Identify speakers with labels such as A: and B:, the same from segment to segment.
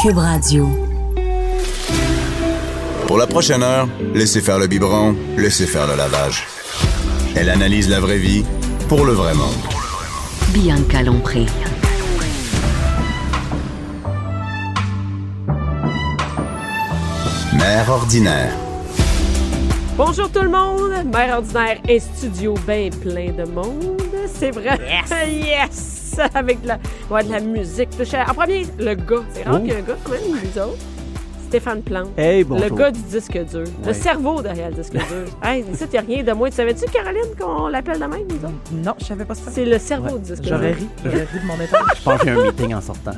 A: Cube Radio.
B: Pour la prochaine heure, laissez faire le biberon, laissez faire le lavage. Elle analyse la vraie vie pour le vrai monde.
A: Bianca Lompré.
B: Mère ordinaire.
C: Bonjour tout le monde, Mère ordinaire et studio bien plein de monde. C'est vrai. Yes. Avec de la, ouais, de la musique. En premier, le gars. C'est rare
D: Oh.
C: qu'il y ait un gars quand même, nous autres. Stéphane Plante.
D: Hey, bonjour.
C: le gars du disque dur. Le
D: Ouais.
C: cerveau derrière le disque dur. hey, ici, t'es rien de moins. Tu savais-tu, Caroline, qu'on l'appelle de même, nous autres?
E: Non, je savais pas ça.
C: C'est le cerveau
D: Ouais.
C: du disque
E: J'aurais
C: dur.
E: ri. J'aurais ri de mon étage.
D: Je pense que j'ai un meeting en sortant.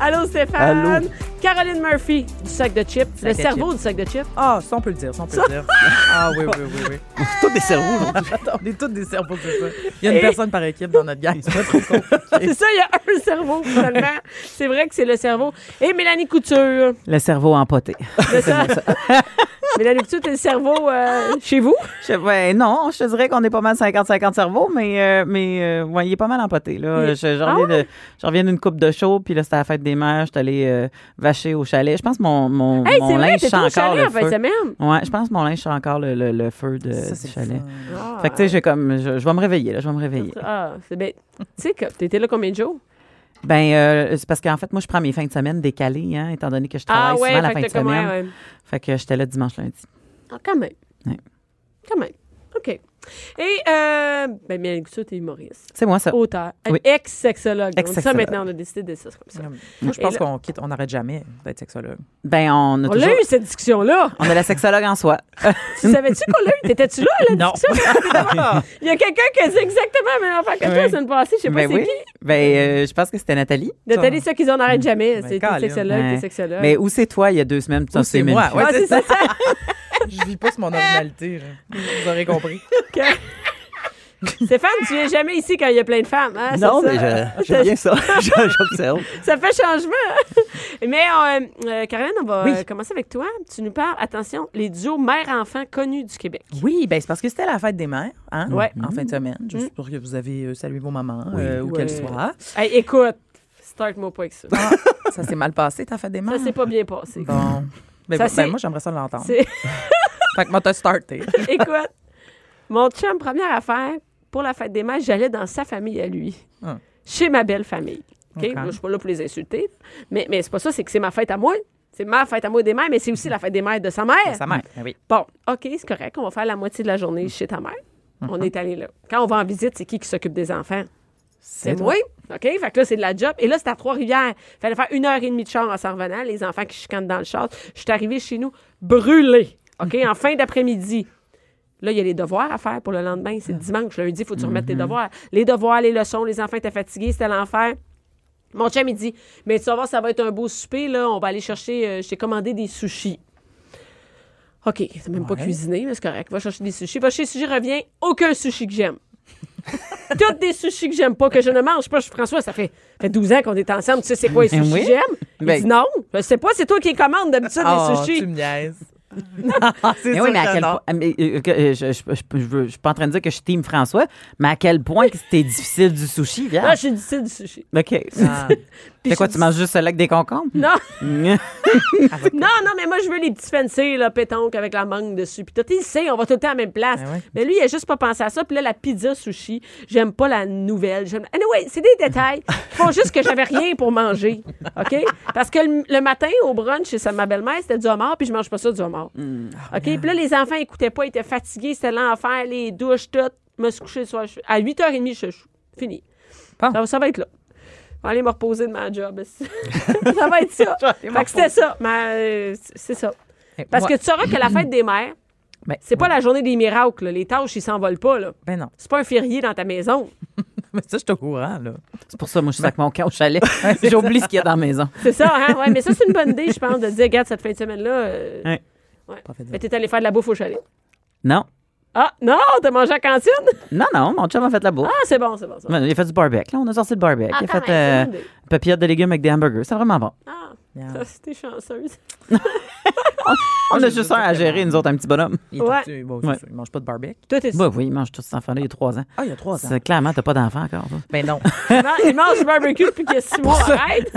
C: Allô, Stéphane.
D: Allô.
C: Caroline Murphy, du sac de chips.
E: Sac
C: le
E: à
C: cerveau du sac de chips.
E: Ah, ça, on peut le dire. Ça, on peut le dire. Ah, oui, oui, oui, oui.
D: Tous des cerveaux aujourd'hui.
E: on est tous des cerveaux, c'est ça. Il y a une
C: Et-
E: personne par équipe dans notre gang. C'est pas trop
F: Euh,
E: compliqué.
C: C'est ça, il y a un cerveau, finalement. c'est vrai que c'est le cerveau. Et Mélanie Couture.
F: Le cerveau empoté.
C: C'est ça. Mais la lecture, t'es le cerveau euh, chez vous.
F: Je, ben non, je te dirais qu'on est pas mal 50-50 cerveau, mais, euh, mais euh, ouais, il est pas mal empoté. Là. Je, je
C: Ah
F: reviens de- je reviens d'une coupe de chaud, puis là, c'était la fête des mères. Je suis allée euh, vacher au chalet. Je pense que mon, mon,
C: Hey, c'est
F: mon
C: vrai,
F: linge
C: t'es
F: sent
C: au
F: encore
C: chalet
F: le
C: en fin de
F: feu.
C: semaine.
F: Ouais, je pense que mon linge sent encore le, le- le feu de,
E: Ça,
F: du
E: c'est
F: chalet.
E: le fun.
C: Ah,
F: Fait que tu sais, j'ai comme, je, je vais me réveiller, là, je vais me réveiller.
C: ah, c'est bête. Tu sais, que t'étais là combien de jours?
F: Ben, euh, c'est parce qu'en fait, moi, je prends mes fins de semaine décalées, hein, étant donné que je travaille
C: ah ouais,
F: souvent la
C: fait
F: fin
C: que
F: de
C: t'as comme
F: semaine.
C: ouais, ouais.
F: Fait que j'étais là dimanche, lundi.
C: Ah, quand même.
F: Ouais.
C: Quand même. OK. Et, euh, ben, Mélanie Couture, t'es humoriste.
F: C'est moi, ça.
C: Auteur.
F: Oui.
C: Ex-sexologue. On dit Ça,
F: Ex-sexologue.
C: maintenant, on a décidé de ça c'est comme ça.
E: Moi, je
C: Et
E: pense
C: là-
E: qu'on quitte, on n'arrête jamais d'être sexologue.
F: Ben, on a
C: On
F: toujours...
C: l'a eu, cette discussion-là.
F: On a la sexologue en soi.
C: tu savais-tu qu'on l'a eu? T'étais-tu là, là?
E: Non.
C: Il y a quelqu'un qui a dit exactement la même affaire que toi la
F: Oui.
C: semaine passée. Je sais pas
F: Ben
C: c'est
F: oui.
C: qui.
F: Ben, euh, je pense que c'était Nathalie.
C: Nathalie, ça qu'ils en arrêtent jamais.
E: Ben,
C: C'est t'es
E: Colin.
C: sexologue, t'es
F: Ouais.
C: sexologue.
F: Mais où c'est toi il y a deux semaines? tu t'en
E: Ou c'est
F: sais même
E: moi.
F: plus.
E: Ouais,
C: Ah,
E: c'est
C: c'est ça.
E: Je vis pas sur mon originalité. là. Vous aurez compris.
C: Stéphane, tu viens jamais ici quand il y a plein de femmes. Hein,
D: Non,
C: c'est
D: mais
C: ça?
D: je- j'aime bien ça. Je- J'observe.
C: ça fait changement. hein? mais euh, euh, Caroline, on va euh, commencer avec toi. Tu nous parles, attention, les duos mère-enfant connus du Québec.
E: Oui, ben c'est parce que c'était la fête des mères, hein,
C: Ouais.
F: Mm-hmm.
E: en fin de semaine. Je suis sûre que vous avez euh, salué vos mamans, euh, où
C: Ouais.
E: qu'elles soient.
C: Hey, écoute, start-moi pas avec ça.
E: Ah, ça s'est mal passé, ta fête des mères?
C: Ça s'est pas bien passé.
E: Bon. Ben,
C: Ça
E: ben,
C: s'est-
E: moi, j'aimerais ça l'entendre.
C: C'est-
E: Fait que moi, t'as starté.
C: écoute, mon chum, première affaire, pour la fête des mères, j'allais dans sa famille à lui,
E: Hum.
C: chez ma belle famille. Ah. OK?
E: Ok.
C: Moi, je suis pas là pour les insulter. Mais, mais c'est pas ça, c'est que c'est ma fête à moi. C'est ma fête à moi des mères, mais c'est aussi la fête des mères de sa mère.
E: Ça mère. Ben oui.
C: Bon, OK, c'est correct. On va faire la moitié de la journée chez ta mère. On est allé là. Quand on va en visite, c'est qui qui s'occupe des enfants? C'est moi. Ben OK? Fait que là, c'est de la job. Et là, c'est à Trois-Rivières. Fallait faire une heure et demie de char en s'en revenant. Les enfants qui chicanent dans le char. Je suis arrivée chez nous brûlée. OK? En fin d'après-midi. Là, il y a les devoirs à faire pour le lendemain. C'est dimanche. Lundi, il faut que tu remettes tes devoirs. Les devoirs, les leçons, les enfants étaient fatigués, c'était l'enfer. Mon chum, il dit Mais tu vas voir, ça va être un beau souper, là. On va aller chercher. euh, je t'ai commandé des sushis. OK, c'est même pas
E: Ouais.
C: cuisiné, mais c'est correct. Va chercher des sushis. Va chez Sushi, reviens. Aucun sushi que j'aime. Toutes des sushis que j'aime pas, que je ne mange pas. Je suis François, ça fait, fait 12 ans qu'on est ensemble. Tu sais, c'est quoi les
F: Eh
C: sushis
F: oui.
C: que j'aime? Il
F: Ben-
C: dit non. Je sais pas, c'est toi qui les commandes d'habitude,
E: Ah,
C: les sushis.
E: tu me niaises.
F: Mais oui, mais à quel point. mais, euh, que, euh, je, je, je, je veux- je suis pas en train de dire que je suis team François, mais à quel point que c'était difficile du sushi, viens.
C: Ah, je suis du style du sushi.
F: OK.
E: Ah.
F: C'est quoi, tu manges juste le lac des concombres?
C: Non,
F: Mmh.
C: non, non, mais moi, je veux les petits fancy, là, pétanque avec la mangue dessus. Puis tout, il sait, on va tout le temps à la même place.
E: Ben ouais.
C: Mais lui, il a juste pas pensé à ça. Puis là, la pizza sushi, j'aime pas la nouvelle. J'aime... Anyway, c'est des détails qui font juste que j'avais rien pour manger. OK? Parce que le, le matin, au brunch chez sa- ma belle-mère, c'était du homard, puis je mange pas ça du homard.
E: Mm. Ah,
C: OK? Puis là, les enfants écoutaient pas, ils étaient fatigués, c'était l'enfer, les douches, tout. Je me suis couché le soir. je- À 8h30, je suis fini.
E: Bon.
C: Ça, va- ça va être là. Je vais aller me reposer de ma job. ça va être ça. fait que c'était ça. Mais, euh, c'est ça. Parce que tu sauras que la fête des mères,
E: Ben,
C: c'est pas la journée des miracles. là. Les tâches, ils s'envolent pas. là.
E: Ben non.
C: C'est pas un férié dans ta maison.
E: Mais ça, je suis au courant, là.
F: C'est pour ça, moi, je suis avec mon camp au chalet. J'oublie ce qu'il y a dans la maison.
C: C'est ça, hein? Ouais, mais ça, c'est une bonne idée, je pense, de dire, regarde, cette fin de semaine-là, euh,
F: Ouais.
C: ouais.
E: Pas fait de-
C: Mais t'es allé faire de la bouffe au chalet.
F: Non.
C: Ah, non, t'as mangé à la cantine?
F: Non, non, mon chum a fait la bouffe.
C: Ah, c'est bon, c'est bon, c'est bon.
F: Il a fait du barbecue. Là, on a sorti le barbecue.
C: Ah,
F: il a
C: quand même,
F: fait euh,
C: c'est une bonne idée.
F: papillote de légumes avec des hamburgers. C'est vraiment bon.
C: Ah,
E: Miam.
C: Ah, si t'es chanceuse.
F: On
E: Moi,
F: a
E: j'aime
F: juste
E: ça
F: un à
E: tellement.
F: gérer, nous autres, un petit bonhomme.
E: Il, est
C: Ouais.
E: habitué. Bon, c'est
F: Ouais.
E: sûr, il mange pas de barbecue.
C: Toi, t'es
F: Oui, oui, il mange tous ses enfants-là, il y a trois ans.
E: Ah, il y a trois ans.
F: C'est Clairement, t'as pas d'enfant encore. toi.
E: Ben non.
C: Non, il mange du barbecue depuis qu'il y a six mois. Arrête!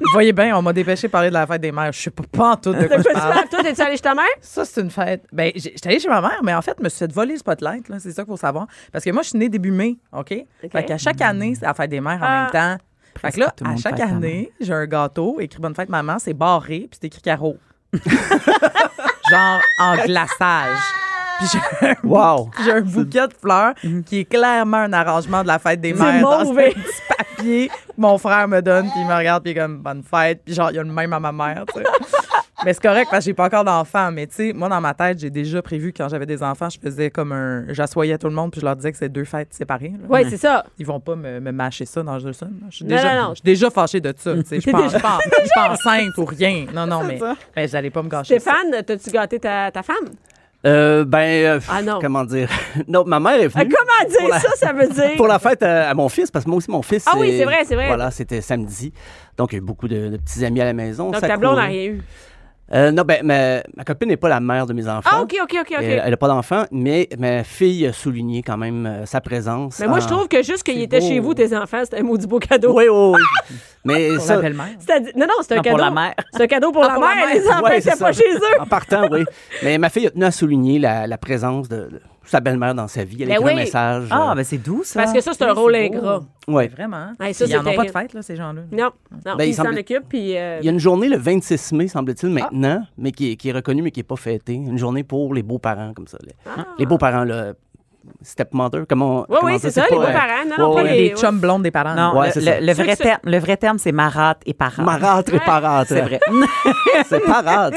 E: Vous voyez bien, on m'a dépêché de parler de la fête des mères. Je sais pas, pas en tout de quoi
C: De
E: je
C: quoi tu
E: parle.
C: parles? Toi, t'es-tu allé chez ta mère?
E: Ça, c'est une fête. Ben, j'ai- j'étais allée chez ma mère, mais en fait, je me suis fait voler le spotlight, là. C'est ça qu'il faut savoir. Parce que moi, je suis née début mai, OK? Fait qu'à chaque année, c'est la fête des mères en
C: Ah.
E: même temps. Fait que là,
F: tout le
E: à
F: monde
E: chaque
F: fête la
E: année, j'ai un gâteau écrit Bonne fête, maman, c'est barré, puis c'est écrit carreau. Genre en glaçage. Puis j'ai un
F: Wow!
E: J'ai un bouquet de fleurs qui est clairement un arrangement de la fête des
C: Mhm. C'est
E: mères dans un
C: mauvais.
E: petit papier que mon frère me donne, puis il me regarde, puis il est comme « Bonne fête », puis genre, il y a le même à ma mère, tu sais. Mais c'est correct parce que j'ai pas encore d'enfants. Mais tu sais, moi, dans ma tête, j'ai déjà prévu quand j'avais des enfants, je faisais comme un. J'assoyais tout le monde puis je leur disais que c'est deux fêtes séparées. là.
C: Oui, c'est ça.
E: Ils vont pas me, me mâcher ça dans le sun. Je suis
C: Non,
E: déjà,
C: non, non.
E: je suis déjà fâchée de ça. tu sais. Je suis pas, je suis pas- je suis pas enceinte ou rien. Non, non, mais, mais vous allez pas me gâcher. ça.
C: Stéphane, t'as-tu gâté ta, ta femme?
D: Euh, ben, euh,
C: Ah non.
D: comment dire? Non, ma mère est
C: Ah,
D: venue.
C: Comment dire
D: pour la-
C: ça? Ça veut dire.
D: Pour la fête euh, à mon fils, parce que moi aussi, mon fils.
C: Ah oui,
D: euh,
C: c'est vrai, c'est vrai.
D: Voilà, c'était samedi. Donc, il y a eu beaucoup de, de petits amis à la maison.
C: Donc,
D: ça
C: ta blonde n'a
D: courait.
C: rien eu.
D: Euh, non, ben, ma, ma copine n'est pas la mère de mes enfants.
C: Ah, OK, OK, OK, OK.
D: Elle n'a pas d'enfant, mais ma fille a souligné quand même euh, sa présence.
C: Mais moi,
D: en-
C: je trouve que juste qu'il
D: ah, c'est
C: était
D: beau.
C: chez vous, tes enfants, c'était un maudit beau cadeau.
D: Oui, oui, oui. mais
E: Pour
D: ça,
E: la belle-mère.
C: C'est-à-dire- Non, non, c'est un
F: Non,
C: cadeau.
F: pour la mère.
C: C'est un cadeau pour la
D: pour la
C: mère.
D: mère.
C: Les enfants
D: Ouais,
C: n'étaient
D: c'est
C: pas
D: ça. Ah,
C: chez eux.
D: En partant, oui. Mais ma fille a tenu à souligner la, la présence de, de sa belle-mère dans sa vie. Elle a
C: Ben
D: écrit
C: oui.
D: un message. euh,
F: Ah, ben c'est doux, ça.
C: Parce que ça, c'est un
E: beau.
C: rôle ingrat.
D: ouais.
E: Vraiment. hein.
C: Ouais, ça,
E: Puis ils
C: ben, c'est
E: en ont pas de
C: terrible.
E: fête, là, ces gens-là.
C: Non, non.
D: Ben, il
C: il s'en
D: semble-
C: occupe, puis. euh,
D: Il y a une journée le 26 mai, semble-t-il,
C: Ah.
D: maintenant, mais qui est, qui est reconnue, mais qui n'est pas fêtée. Une journée pour les beaux-parents, comme ça. Les, les beaux-parents, là. Stepmother, comment.
C: Ah. Oui,
D: comment
C: oui, c'est ça, les
D: pas, euh,
C: beaux-parents. Non, non, pas
D: ouais, ouais.
C: les-
E: Les chums blondes des parents. là.
F: Non,
D: Ouais,
F: le,
D: c'est ça.
F: le- le
C: Ceux
F: vrai
C: que-
F: terme, le vrai terme, c'est marate et parate.
D: Marâtre et parâtre.
F: C'est vrai.
D: C'est parâtre,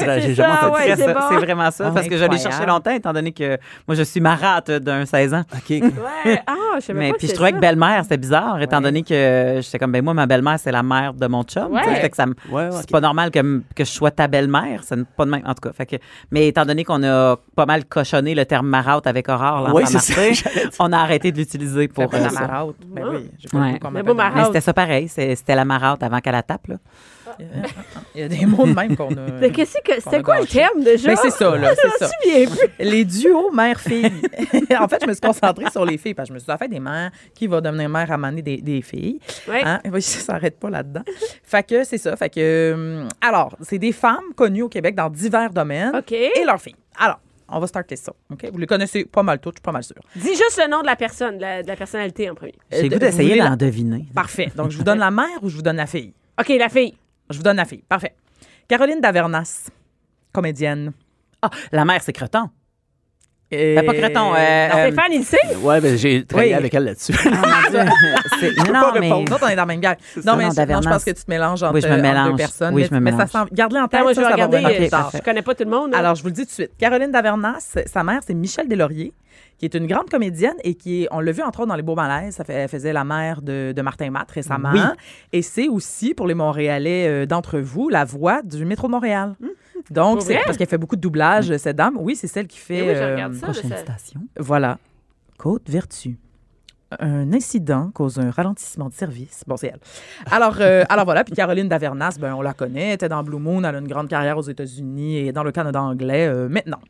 C: C'est
D: j'ai
C: ça,
D: jamais entendu
C: ouais,
D: ça.
C: c'est bon.
F: C'est vraiment ça,
E: Ah,
F: parce que je l'ai
E: incroyable.
F: cherché longtemps, étant donné que moi, je suis marate d'un 16 ans.
D: OK.
C: Ouais. Ah, je savais
F: Mais
C: pas.
F: puis
C: que
F: je trouvais
C: c'est
F: que
C: ça.
F: belle-mère, c'était bizarre, étant
E: Ouais.
F: donné que j'étais comme, ben moi, ma belle-mère, c'est la mère de mon chum.
C: Ouais.
F: tu sais, Fait que ça me-
D: Ouais, ouais,
F: c'est
D: ok.
F: pas normal que, que je sois ta belle-mère. C'est pas de même, en tout cas. Fait que, mais étant donné qu'on a pas mal cochonné le terme marate avec horreur, l'enfant
D: Oui, c'est ça,
F: martyr, on a arrêté de l'utiliser
E: Fait
F: pour
E: pas
F: euh,
E: la
F: ça.
E: maraude. Ben
C: Ouais.
E: oui, j'ai pas
F: Ouais.
E: le goût qu'on
C: Le
E: m'appelle
C: beau
E: de même.
F: Mais c'était ça pareil, c'est- c'était la marate avant qu'elle la tape, là.
E: Il y a des mots de même qu'on a.
C: Mais qu'est-ce que. C'était
E: a
C: quoi le
E: Ben- gâché.
C: thème déjà?
E: Ben, c'est ça, là,
C: Je
E: c'est
C: m'en
E: ça.
C: souviens plus.
E: Les duos mère-fille. en fait, je me suis concentrée sur les filles parce que je me suis dit, la fête des mères, qui va devenir mère à maner des, des filles?
C: Ouais.
E: Hein? Oui, ça s'arrête pas là-dedans. Fait que c'est ça. Fait que, hum, alors, c'est des femmes connues au Québec dans divers domaines
C: OK.
E: et leurs filles. Alors, on va starter ça. OK? Vous les connaissez pas mal toutes, je suis pas mal sûre.
C: Dis juste le nom de la personne, de la, de la personnalité en premier.
E: Euh,
F: J'ai le goût
E: vous
F: d'essayer
E: voulez
F: d'en
E: la-
F: deviner.
E: Parfait. Donc, je vous donne la mère ou je vous donne la fille?
C: OK, la fille.
E: Je vous donne la fille. Parfait. Caroline Davernas, comédienne.
F: Ah, la mère, c'est Creton.
E: Euh,
F: pas
E: non,
F: Creton, euh, euh, oh,
C: Stéphane, il le sait?
D: Ouais, ben, j'ai travaillé
E: Oui.
D: avec elle là-dessus.
F: C'est- non,
E: pas
F: mais-
E: répondre. Nous autres, on est dans la même gang. Non,
F: ça.
E: mais
F: Non,
E: je, non, je pense
F: Davernas.
E: que tu te mélanges entre,
F: Oui, je me
E: entre deux
F: mélange.
E: personnes.
F: Oui,
E: mais,
F: je me
E: mais
F: mélange.
E: ça sent... Garde-la en tête,
C: Attends, moi, je
E: ça,
C: vais
E: ça va
C: regarder.
E: venir
C: euh,
E: plus
F: Ok,
E: tard.
F: parfait.
C: Je connais pas tout le monde. là.
E: Alors, je vous le dis tout de suite. Caroline Davernas, sa mère, c'est Michel Delaurier, qui est une grande comédienne et qui, est- on l'a vu entre autres dans Les Beaux Malaises, ça fait- elle faisait la mère de, de Martin Matt récemment.
F: Oui.
E: Et c'est aussi, pour les Montréalais euh, d'entre vous, la voix du métro de Montréal. Donc,
C: Mmh. Pour
E: c'est
C: vrai?
E: parce qu'elle fait beaucoup de doublage, cette dame. Oui, c'est celle qui fait.
C: Eh oui, je
E: euh,
C: regarde ça. là,
F: Prochaine
C: ça-
F: station.
E: voilà. Côte Vertu. Un incident cause un ralentissement de service. Bon, c'est elle. Alors, euh, alors voilà, puis Caroline Davernas, ben, on la connaît, elle était dans Blue Moon, elle a une grande carrière aux États-Unis et dans le Canada anglais euh, maintenant.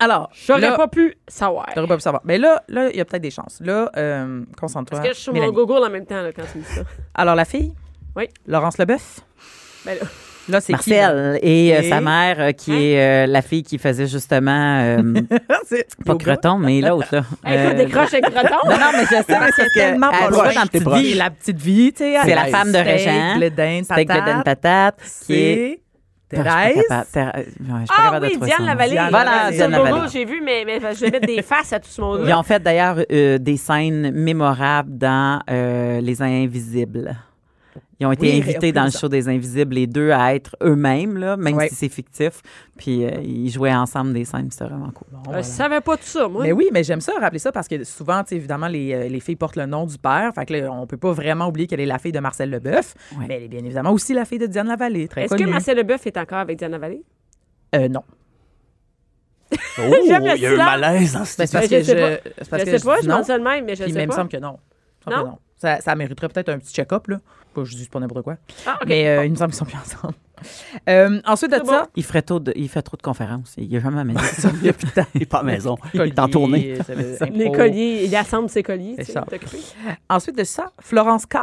E: Alors,
C: J'aurais
E: là-
C: pas pu savoir.
E: T'aurais pas pu savoir. Mais là, là, il y a peut-être des chances. Là, euh, concentre-toi.
C: Parce que je suis sur mon
E: Mélanie.
C: Google en même temps là, quand tu me dis ça.
E: Alors, la fille?
C: Oui.
E: Laurence Leboeuf?
C: Ben là.
E: Là, c'est qui? là?
F: Marcel et euh,
E: Et- Hein?
F: sa mère, euh, qui est euh, la fille qui faisait justement, euh,
E: C'est-
F: pas
E: Yoga.
F: Creton, mais l'autre, là.
C: Hey, toi,
F: Euh,
C: décroche avec Croton.
E: Non, mais je sais, parce qu'elle est tellement
F: elle
E: pas
F: joue
E: loin.
F: euh, dans
D: t'es
F: Petite
D: proche.
F: Vie,
E: La petite vie, tu sais.
F: C'est la
E: elle-
F: femme de
E: steak,
F: Régent.
E: blé d'Inde,
F: Steak
E: patate.
F: de Dan Patate, qui est...
E: C'est
F: Ah, je suis
E: Thérèse.
F: pas capable. Thérèse- ouais, je suis pas
C: Ah
F: capable de
C: oui,
F: trouver
C: Diane
F: son nom.
C: Lavallée.
E: Diane
F: Voilà,
E: Lavallée.
F: Diane
C: Sur Google,
F: Lavallée.
C: j'ai vu, mais, mais je vais mettre des faces à tout ce
F: Ils
C: monde-là.
F: ont fait d'ailleurs euh, des scènes mémorables dans euh, Les Invisibles. Ils ont été
E: Oui,
F: invités dans le
E: reprise.
F: show des Invisibles, les deux, à être eux-mêmes, là, même
E: Ouais.
F: si c'est fictif. Puis euh, ils jouaient ensemble des scènes, puis c'était vraiment cool.
E: Bon,
C: Euh,
E: voilà.
C: Je savais pas tout ça, moi.
E: Mais oui, mais j'aime ça rappeler ça parce que souvent, tu sais, évidemment, les, euh, les filles portent le nom du père. Fait que là, on peut pas vraiment oublier qu'elle est la fille de Marcel Leboeuf.
F: Ouais.
E: Mais elle est bien évidemment aussi la fille de Diane Lavallée, très
C: Est-ce que
E: connue.
C: Marcel Ben, Leboeuf est encore avec Diana Vallée?
E: Euh, non.
D: Oh,
C: J'aime le
D: il y a eu un
C: silence.
D: malaise dans cette
E: Ben, c'est parce
C: je sais
E: que je... c'est parce
C: je
E: que
C: sais pas, je
E: dis non,
C: pense ça de même, mais je
E: puis
C: sais
E: même
C: pas.
E: semble que non. Il me semble que
C: Non?
E: non. Ça, ça mériterait peut-être un petit check-up, là. Bah, je dis c'est pas n'importe quoi.
C: Ah, OK.
E: Mais euh, il me semble qu'ils sont plus ensemble. Euh, ensuite de
C: C'est
E: ça.
F: Il ferait trop de, il fait trop de conférences. Il n'y a jamais amené.
D: Il est plus de temps. Il est pas à la maison. Il est en tournée.
E: collier, ça veut dire
C: Les
E: impro.
C: colliers, il assemble ses colliers.
E: C'est
C: tu sais,
E: ça.
C: il est occupé.
E: Ensuite de ça, Florence K.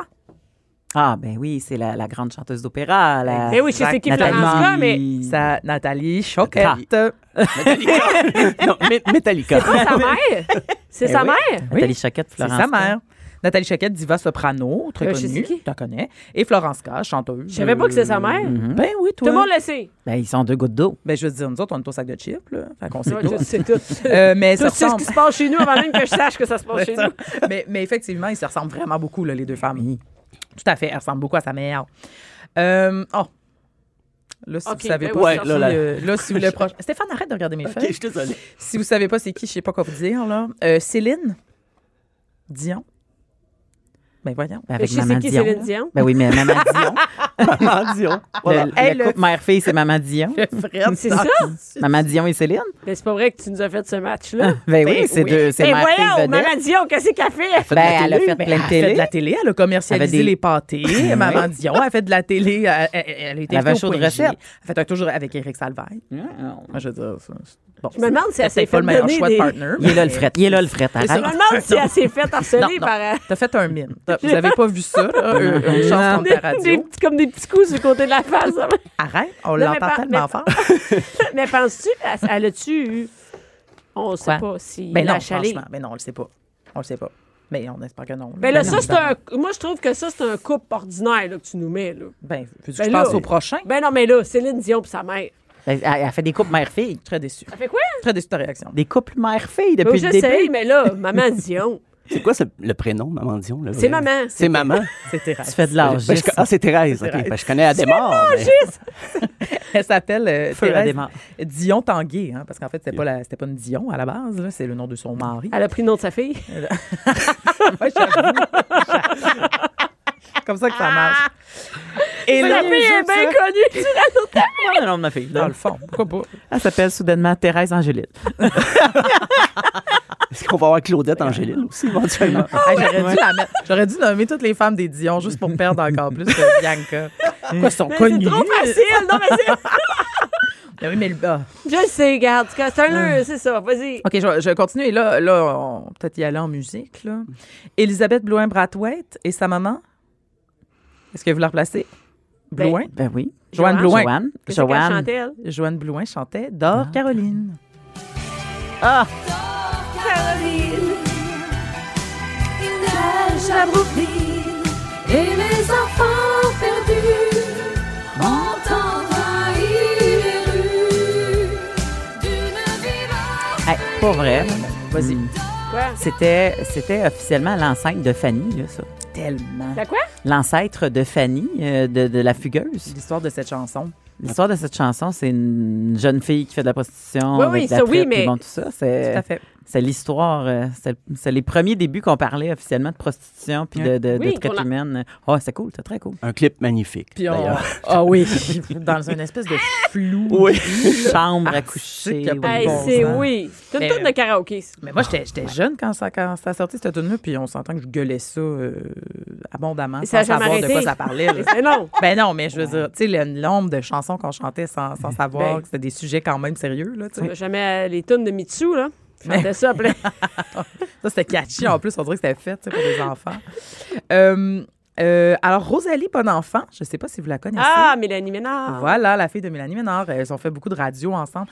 F: Ah, ben oui, c'est la, la grande chanteuse d'opéra.
E: Ah,
F: La...
C: Ben oui, je sais c'est qui Florence
F: Nathalie.
C: K, mais
E: Ça, Nathalie Choquette.
D: Non, mais- Metallica.
C: c'est pas sa mère. C'est
E: Eh
C: sa
E: oui.
C: mère.
F: Nathalie Choquette,
E: C'est
F: Florence.
E: sa mère. Nathalie Choquette, diva soprano, très
C: Euh, je sais
E: connue.
C: qui.
E: Tu la connais. Et Florence K, chanteuse.
C: Je savais pas que c'est sa mère. Mm-hmm.
E: Ben oui,
C: Tout
E: toi.
C: le monde le sait.
F: Ben, ils sont deux gouttes d'eau.
E: Ben, je veux dire, nous autres, on est au sac de chips, là. Fait qu'on sait
C: Ouais,
E: tout.
C: je sais tout.
E: Euh, mais
C: Tout
E: ça
C: tu sais ce
E: ressemble.
C: qui se passe chez nous avant même que je sache que ça se passe chez nous.
E: mais, mais effectivement, ils se ressemblent vraiment beaucoup, là, les deux femmes. Tout à fait. Elles ressemblent beaucoup à sa mère. Euh, oh. Là, si
C: Ok,
E: vous savez
C: ben
E: pas,
C: oui,
E: si,
D: ouais, là, là.
E: euh, là, si vous le proche. Stéphane, arrête de regarder mes
D: Ok,
E: feuilles.
D: je suis désolé.
E: Si vous savez pas c'est qui, je sais pas quoi vous dire, là. Euh, Céline Dion. Ben voyons.
F: Ben,
C: Mais
F: avec
C: je sais
F: Maman
C: qui,
F: Dion.
C: Céline Dion.
F: Ben oui, mais Maman Dion.
D: Maman Dion. Voilà.
F: Le, le
E: Elle, le-
F: couple mère-fille, c'est Maman Dion.
E: Fred,
C: C'est ça?
F: Maman Dion et Céline.
C: Mais Ben, c'est pas vrai que tu nous as fait ce match-là.
F: Ben oui, c'est
E: oui.
F: deux, c'est
C: Mais
F: mère-fille
C: voyons,
F: vedette.
C: Maman Dion, qu'est-ce qu'elle fait?
F: Ben, elle a fait plein de
E: Elle a fait de
F: télé.
E: la télé, elle a commercialisé
F: Elle avait des-
E: les pâtés. Maman Dion, elle a fait de la télé. Elle, elle, elle a été
F: Elle avait
E: au
F: un show de
E: Point G.
F: recettes.
E: Elle a fait un toujours avec Eric Salvaille. Moi, je veux dire, ça, c'est-
C: Mm.
E: bon,
C: Je me demande si
E: c'est
C: elle s'est
E: peut-être
C: fait
E: pas le meilleur
C: donner
E: choix
C: des-
E: de partner.
F: Il est là
E: mais-
F: le fret. Il est là le fret.
E: ça.
C: Je
F: Arrête.
C: me demande si elle s'est fait harceler
E: Non,
C: par euh,
E: T'as fait un mime. T'as- Vous avez pas vu ça, là, euh, une chance contre
C: des,
E: la
C: des
E: radio.
C: petits- comme des petits coups sur le côté de la face.
E: Arrête, on
C: Non, mais
E: l'entend
C: par-
E: tellement
C: mais-
E: fort.
C: Mais penses-tu, elle, elle a-tu eu. On sait
F: Quoi?
C: pas si.
E: Ben
C: elle a
E: non,
C: chalé.
E: franchement, ben non, on le sait pas. On le sait pas. Mais on espère que non.
C: Ben là, ça,
E: non,
C: c'est un. Moi, je trouve que ça, c'est un couple ordinaire là, que tu nous mets. Là.
E: Ben, veux-tu que
C: Ben
E: je
C: là-
E: passe au prochain?
C: Ben non, mais là, Céline Dion pis sa mère.
F: Elle elle fait des couples mère-fille.
E: Très déçu.
C: Ça fait quoi?
E: Très déçu de ta réaction.
F: Des couples mère-fille
C: Ben,
F: depuis
C: je
F: le début.
C: sais, mais là, Maman Dion.
D: C'est quoi ce- le prénom, Maman Dion? le
C: C'est
D: vrai?
C: maman.
D: C'est maman.
E: C'était
F: Tu fais de l'âge.
D: Ben, je- Ah, c'est Thérèse. OK, ben, je connais Adémar. mais-
E: Elle s'appelle euh,
F: Feu à
E: Thérèse
F: démarre.
E: Dion Tanguay, hein, parce qu'en fait, c'était pas, la- c'était pas une Dion à la base, là, c'est le nom de son mari.
C: Elle a pris le nom de sa fille.
E: Ouais, Ah, j'avoue. Comme ça que
C: Ah!
E: ça marche. Et
C: Sa fille est bien connue.
F: Ah, le nom de ma fille.
E: dans le fond, pourquoi pas?
F: Elle s'appelle soudainement Thérèse Angélite.
C: Ah.
D: Est-ce qu'on va avoir Claudette Angélil aussi, éventuellement?
E: Hey, Ah, j'aurais, dû la mettre- j'aurais dû nommer toutes les femmes des Dion juste pour perdre encore plus que Bianca. Pourquoi elles sont
C: Mais
E: connues?
C: C'est trop facile. Non, mais c'est.
E: Ah oui, mais le- ah.
C: Je le sais, garde. C'est un nœud, c'est ça. Vas-y.
E: OK, je, vais- je vais continuer. Là, là on va peut-être y aller en musique. Là. Elisabeth Blouin-Brathwaite et sa maman. Est-ce que vous la replacez?
C: Ben,
E: Blouin?
F: Ben oui.
E: Joanne Blouin.
F: Joanne.
C: Qu'est-ce qu'elle
F: Joanne.
C: chantait, elle?
E: Joanne Blouin chantait Dors Caroline.
F: Ah!
G: Il neige à Brooklyn et les enfants perdus ont envahi les rues d'une vivace.
F: Hey, pas vrai.
E: Vas-y.
C: Quoi?
F: C'était, c'était officiellement l'ancêtre de Fanny, là, ça.
E: Tellement.
C: La quoi?
F: L'ancêtre de Fanny, euh, de, de la fugueuse.
E: L'histoire de cette chanson.
F: L'histoire de cette chanson, c'est une jeune fille qui fait de la prostitution.
C: Oui,
F: avec
C: oui,
F: de la
C: ça, oui,
F: traite, puis
C: mais-
F: bon, tout ça,
E: Tout à
F: c'est,
E: fait.
F: c'est l'histoire. euh, C'est, c'est les premiers débuts qu'on parlait officiellement de prostitution puis de, de, de
C: Oui,
F: traite
C: qu'on a-
F: humaine. Oh, c'est cool, c'est très cool.
D: Un clip magnifique.
E: Puis on-
D: d'ailleurs.
E: Ah oui, dans une espèce de flou.
D: Oui.
E: Ah,
F: Chambre à
E: artistique, y
F: coucher.
E: a
F: oui.
E: pas de
C: Hey,
E: bon
C: c'est
E: sens.
C: oui. C'est une
E: Mais-
C: tonne de karaoké. ça.
E: Mais moi, j'étais j'étais jeune quand ça, quand ça a sorti cette tune-là, puis on s'entend que je gueulais ça euh, abondamment
C: Et ça a
E: sans
C: jamais
E: savoir de
C: arrêté.
E: quoi ça parlait. là.
C: Mais non.
E: ben non, mais je veux dire, tu sais, le nombre de chansons qu'on chantait sans, sans savoir
C: Ben.
E: que c'était des sujets quand même sérieux, là, tu sais.
C: On a Jamais euh, les tunes de Mitsu, là. Chantait ça plein.
E: Ça, c'était catchy. En plus, on dirait que c'était fait tu sais, pour les enfants. Euh, euh, alors, Rosalie Bonenfant, je ne sais pas si vous la connaissez.
C: Ah, Mélanie Ménard.
E: Voilà, la fille de Mélanie Ménard. Elles ont fait beaucoup de radio ensemble.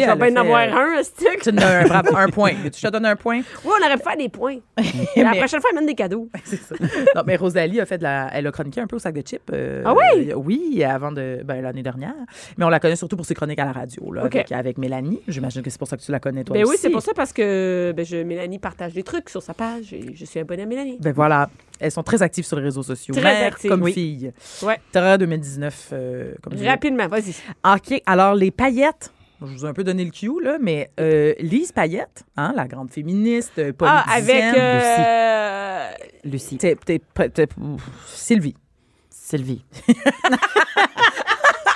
C: Rosalie,
E: elle
C: va
E: a
C: bien en
E: fait,
C: avoir
E: euh,
C: un, stick.
E: Tu me donnes un, bravo, un point. Tu te donnes un point?
C: Oui, on aurait pu faire des points. Mais la
E: Mais-
C: prochaine fois, amène des cadeaux.
E: C'est ça. Non, mais Rosalie a fait de la. Elle a chroniqué un peu au sac de chips. euh,
C: Ah oui?
E: euh, Oui, avant de. Ben, l'année dernière. Mais on la connaît surtout pour ses chroniques à la radio, là,
C: OK.
E: avec, avec Mélanie. J'imagine que c'est pour ça que tu la connais, toi.
C: Ben oui,
E: aussi.
C: c'est pour ça parce que ben, je, Mélanie partage des trucs sur sa page et je suis abonnée à Mélanie.
E: Ben voilà. Elles sont très actives sur les réseaux sociaux.
C: Très
E: Mère
C: actives,
E: comme
C: oui.
E: fille.
C: Ouais.
E: Terreur 2019, euh, comme je disais.
C: Rapidement, vas-y.
E: OK. Alors, les paillettes. Je vous ai un peu donné le cue, là, mais euh, Lise Payette, hein, la grande féministe, euh,
C: Ah,
E: politicienne.
C: avec. euh,
F: Lucie.
E: T'es- t'es- t'es- ouf, Sylvie.
F: Sylvie.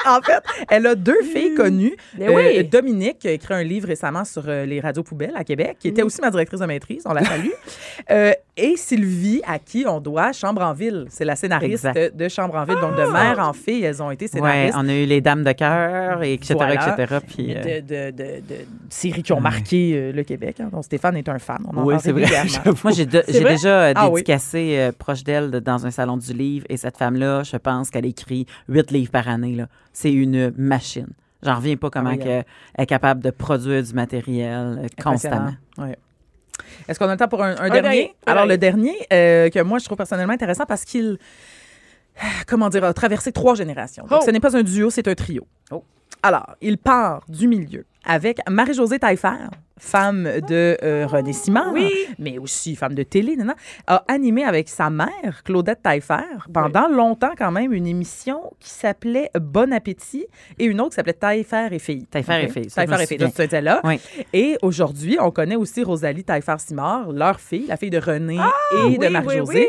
E: en fait, elle a deux filles connues.
F: Ben
E: Euh,
C: Mais ben oui.
E: Dominique, qui a écrit un livre récemment sur euh, les radios poubelles à Québec, qui était aussi ma directrice de maîtrise, on la salue. Euh, et Sylvie, à qui on doit Chambre en ville. C'est la scénariste
F: Exact. Ah!
E: de Chambre en ville. Donc, de mère en fille, elles ont été
F: Ouais,
E: scénaristes.
F: on a eu les dames de cœur, et etc.,
E: Voilà.
F: etc. Puis,
E: de,
F: euh,
E: de, de- de séries qui ont marqué euh, le Québec. hein, dont Stéphane est un fan. On en
F: Oui,
E: parle
F: c'est vrai.
E: régulièrement.
F: Moi, j'ai de-
E: C'est
F: j'ai
E: vrai?
F: déjà euh,
E: Ah oui.
F: dédicacé euh, proche d'elle de- dans un salon du livre et cette femme-là, je pense qu'elle écrit huit livres par année. là. C'est une machine. J'en reviens pas comment
E: oui,
F: qu'elle- elle... est capable de produire du matériel euh, constamment.
E: Impressionnant. Ouais. Est-ce qu'on a le temps pour un, un
C: Un
E: dernier?
C: dernier. Un
E: Alors, le
C: dernier.
E: dernier, euh, que moi, je trouve personnellement intéressant parce qu'il, comment dire, a traversé trois générations. Donc,
C: Oh.
E: ce n'est pas un duo, c'est un trio. Alors, il part du milieu avec Marie-Josée Taillefer, femme de euh, René Simard, mais aussi femme de télé, nanana, a animé avec sa mère, Claudette Taillefer, pendant longtemps quand même, une émission qui s'appelait Bon Appétit et une autre qui s'appelait Taillefer et Filles.
F: Taillefer et
E: Ok?
F: Filles, ça, je me
E: Taillefer et Filles, donc, tu étais là.
F: Oui.
E: Et aujourd'hui, on connaît aussi Rosalie Taillefer-Simard, leur fille, la fille de René et de
C: Ah, oui,
E: Marie-Josée.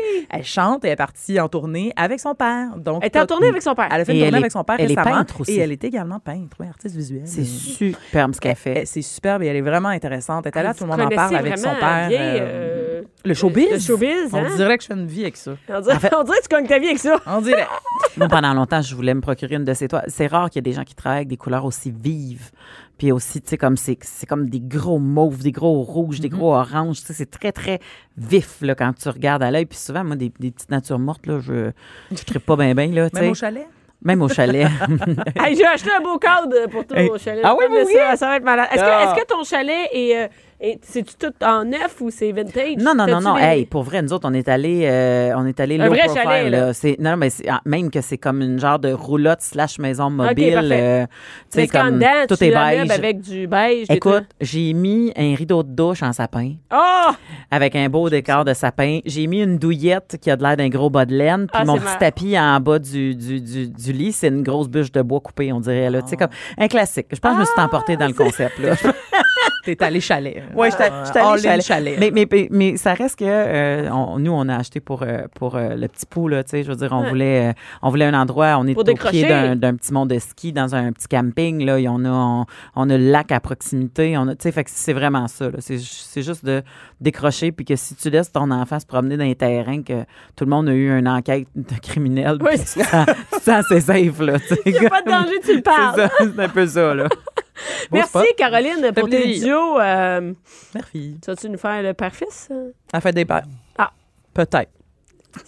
C: oui, oui.
E: Elle chante et est partie en tournée avec son père. Donc,
C: Elle était en tournée avec son père.
E: Elle a fait
F: Et
E: une
F: elle
E: tournée
F: est-
E: avec son père
F: elle est
E: récemment.
F: peintre aussi.
E: Et elle est également peintre, oui, artiste visuelle.
F: C'est superbe ce qu'elle fait.
E: Eh, C'est superbe et elle est vraiment intéressante. Elle était là, tout le monde en
C: Connaissez
E: parle avec son
C: Ah, vraiment
E: père.
C: bien,
E: euh,
C: euh,
E: le showbiz.
C: le showbiz, hein?
E: On dirait que je fais une vie avec ça.
C: on, dirait, on dirait que tu cognes ta vie avec ça.
E: On dirait.
F: Ah, Moi, pendant longtemps, je voulais me procurer une de ces toiles. C'est rare qu'il y ait des gens qui travaillent avec des couleurs aussi vives. Puis aussi, tu sais, comme c'est c'est comme des gros mauves, des gros rouges,
C: Mm-hmm.
F: des gros oranges. Tu sais, c'est très, très vif là, quand tu regardes à l'œil. Puis souvent, moi, des, des petites natures mortes, là, je ne tripe pas bien, bien. Là, tu
E: Même au
F: sais.
E: chalet.
F: Même au chalet.
C: Hey, J'ai acheté un beau cadre pour tout mon chalet.
F: Ah oui,
C: Mais
F: oui,
C: ça, ça va être malade. Est-ce
F: Ah.
C: que, est-ce que ton chalet est. euh, est- C'est-tu tout en neuf ou c'est vintage?
F: Non, non, non,
C: T'as-tu
F: non.
C: des-
F: Hey, pour vrai, nous autres, on est allés, euh, on est allés
C: Un
F: low
C: vrai
F: profile,
C: chalet, là.
F: C'est- Non, non, mais c'est- ah, même que c'est comme une genre de roulotte slash maison mobile.
C: parfait.
F: euh, tu sais,
C: Mais qu'en
F: comme
C: dedans,
F: tout
C: tu
F: est
C: l'amènes
F: beige.
C: avec du beige. des
F: Écoute,
C: trucs.
F: j'ai mis un rideau de douche en sapin
C: Oh!
F: avec un beau décor de sapin. J'ai mis une douillette qui a de l'air d'un gros bas de laine. Puis
C: Ah,
F: mon
C: c'est
F: petit
C: marrant.
F: tapis en bas du, du, du, du lit, c'est une grosse bûche de bois coupée, on dirait. Là. Tu
C: Ah.
F: sais, comme un classique. Je pense que je me suis emportée dans le concept. Là.
E: T'es allé chalet. Ah,
F: Ouais, je t'a-
E: all
F: je t'allais
E: in
F: chalet.
E: chalet.
C: euh,
F: Mais, mais, mais, mais ça reste que euh, on- nous, on a acheté pour, euh, pour euh, le petit pot, là, tu sais, je veux dire, on, voulait, euh, on voulait un endroit, on est
C: Pour
F: au pied
C: décrocher.
F: d'un, d'un petit mont de ski, dans un petit camping, là, et on a, on, on a le lac à proximité, on a, tu sais, fait que c'est vraiment ça, là. c'est, ju- c'est juste de décrocher, puis que si tu laisses ton enfant se promener dans les terrains, que tout le monde a eu une enquête de criminel,
C: Oui.
F: puis tu te sens- tu te sens assez safe, là, tu sais,
C: Il n'y a pas de
F: comme-
C: danger, tu le
F: C'est,
C: parles.
F: ça, c'est un peu ça, là.
C: Merci, Caroline, pour tes
E: plaisir.
C: duos. euh,
E: Merci.
C: tu vas-tu nous faire le père-fils?
E: La fête des pères.
C: Ah.
E: Peut-être.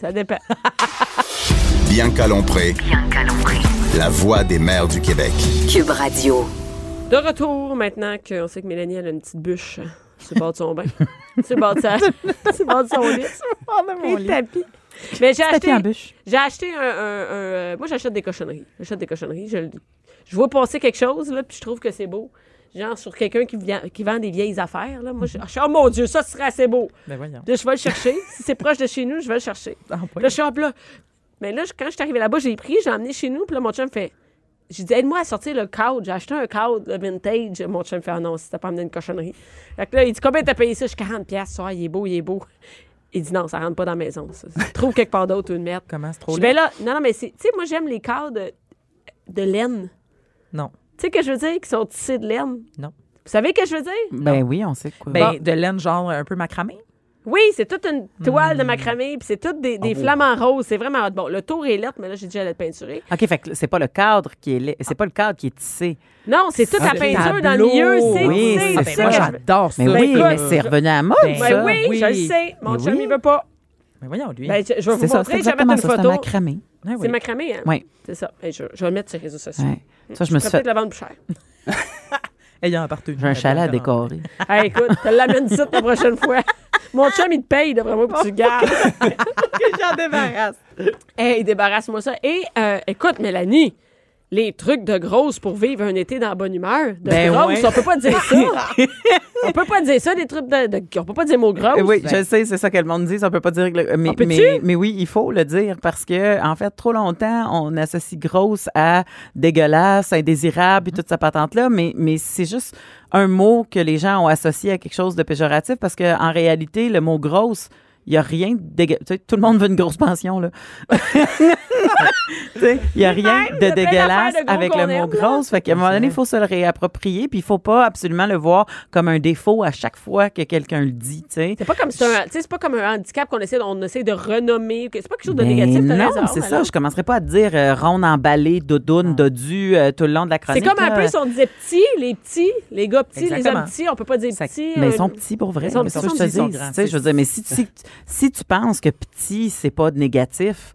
C: Ça dépend.
B: Bianca Lompré,
A: Bianca Lompré.
B: la voix des mères du Québec.
A: Cube Radio.
C: De retour, maintenant qu'on sait que Mélanie, elle a une petite bûche sur le bord de son bain. sur le bord de sa... sur le bord de son lit.
F: Oh,
C: Et le tapis. Mais j'ai acheté...
F: bûche.
C: J'ai acheté un. un- un, euh, moi, j'achète des cochonneries. J'achète des cochonneries, je le dis. Je vois passer quelque chose, là, puis je trouve que c'est beau. Genre, sur quelqu'un qui, vient- qui vend des vieilles affaires, là. Moi, je, je suis, oh mon Dieu, ça serait assez beau.
E: Ben voyons.
C: Là, je vais le chercher. si c'est proche de chez nous, je vais le chercher.
E: Ah, oui.
C: Là, je suis hop, là. Mais là, je- quand je suis arrivée là-bas, j'ai pris, j'ai emmené chez nous, puis là, mon chum fait. J'ai dit, aide-moi à sortir le cadre. J'ai acheté un cadre le vintage. Mon chum fait, ah non, si t'as pas amené une cochonnerie. Fait que là, il dit, combien t'as payé ça? Je suis 40$, piastres. Ah, il est beau, il est beau. Il dit, non, ça rentre pas dans la maison. ça. Trouve quelque part d'autre une merde.
E: Comment c'est trop
C: Je vais là, non, non, mais c'est, tu sais, moi, j'aime les cadres de, de laine.
E: Non.
C: Tu sais que je veux dire, qui sont tissés de laine.
E: Non.
C: Vous savez que je veux dire?
F: Ben oui, on sait de quoi.
E: Ben, de laine genre un peu macramé.
C: Oui, c'est toute une toile de macramé, puis c'est toutes des, des flamants roses. C'est vraiment hot. Bon, le tour est lettre, mais là, j'ai déjà la peinturée.
F: OK, fait que c'est pas le cadre qui est
C: Ah.
F: laid- c'est pas le cadre qui est tissé.
C: Non, c'est toute la
E: le
C: peinture dans le
E: tableau.
C: milieu. C'est,
F: Oui,
C: c'est,
F: c'est
C: c'est
E: Ah, ben,
F: ça
E: moi,
C: que je-
E: j'adore ça.
F: Mais oui,
C: écoute,
F: mais c'est revenu à la mode,
E: Ben,
C: Ben
F: ça.
C: oui, je le sais. Mon
F: Mais
C: chum,
F: oui.
C: il veut pas.
E: Mais voyons, lui.
C: Ben, je, je vais vous
F: C'est ça,
C: montrer,
F: c'est
C: je vais mettre
F: exactement
C: une
F: ça, c'est un
C: photo.
F: macramé.
E: Ah oui.
C: C'est macramé, hein?
F: Oui.
C: C'est ça. Ben, je, je vais le mettre sur les réseaux sociaux.
F: Ouais. Ça, je me suis
C: Je vais
F: fait...
C: peut-être la vendre plus cher.
E: Ayant un partenaire.
F: J'ai un chalet à décorer.
C: Hey, écoute, tu l'amènes ici la prochaine fois. Mon chum, il te paye, de vraiment, pour que tu le gardes.
E: J'en débarrasse.
C: Hey, débarrasse-moi ça. Et euh, écoute, Mélanie, les trucs de grosse pour vivre un été dans la bonne humeur. De
F: Ben
C: grosse,
F: ouais.
C: on peut pas dire ça. on peut pas dire ça, des trucs de, de- On peut pas dire Ben, mot grosse.
F: oui, je sais, c'est ça que le monde dit. On peut pas dire. que le- euh, Mais,
C: On peut-tu?
F: mais, mais oui, il faut le dire parce que, en fait, trop longtemps, on associe grosse à dégueulasse, indésirable et
C: Mm-hmm.
F: toute sa patente-là. Mais, mais c'est juste un mot que les gens ont associé à quelque chose de péjoratif parce que, en réalité, le mot grosse, il n'y a rien de dégueu- tu sais, Tout le monde veut une grosse pension, là. Tu sais, Il n'y a rien
C: Même, il y
F: de
C: a plein
F: dégueulasse
C: d'affaires de gros
F: avec
C: qu'on
F: le mot
C: aime, là.
F: grosse. Fait qu'à un moment donné, il faut se le réapproprier, puis il faut pas absolument le voir comme un défaut à chaque fois que quelqu'un le dit, tu sais.
C: C'est pas comme ça, tu sais, c'est pas comme un handicap qu'on essaie, on essaie de renommer. que- C'est pas quelque chose de
F: Ben
C: négatif, t'as
F: non,
C: raison,
F: c'est ça.
C: alors. Ah.
F: Je commencerai pas à te dire euh, ronde emballée, doudoune, dodu euh, tout le long de la
C: C'est
F: chronique.
C: comme un
F: là.
C: peu si on disait petit, les petits, les gars petits, les
E: Exactement.
C: hommes petits, on peut pas dire
F: Ça-
C: petit.
F: mais
C: euh,
F: ils sont petits pour vrai.
C: ils sont
F: qu'est-ce
C: petits,
F: que je
E: ils
F: te
E: sont
F: dis?
E: grands,
F: Tu sais, Je veux dire, mais si, si, si tu penses que petit, c'est pas de négatif,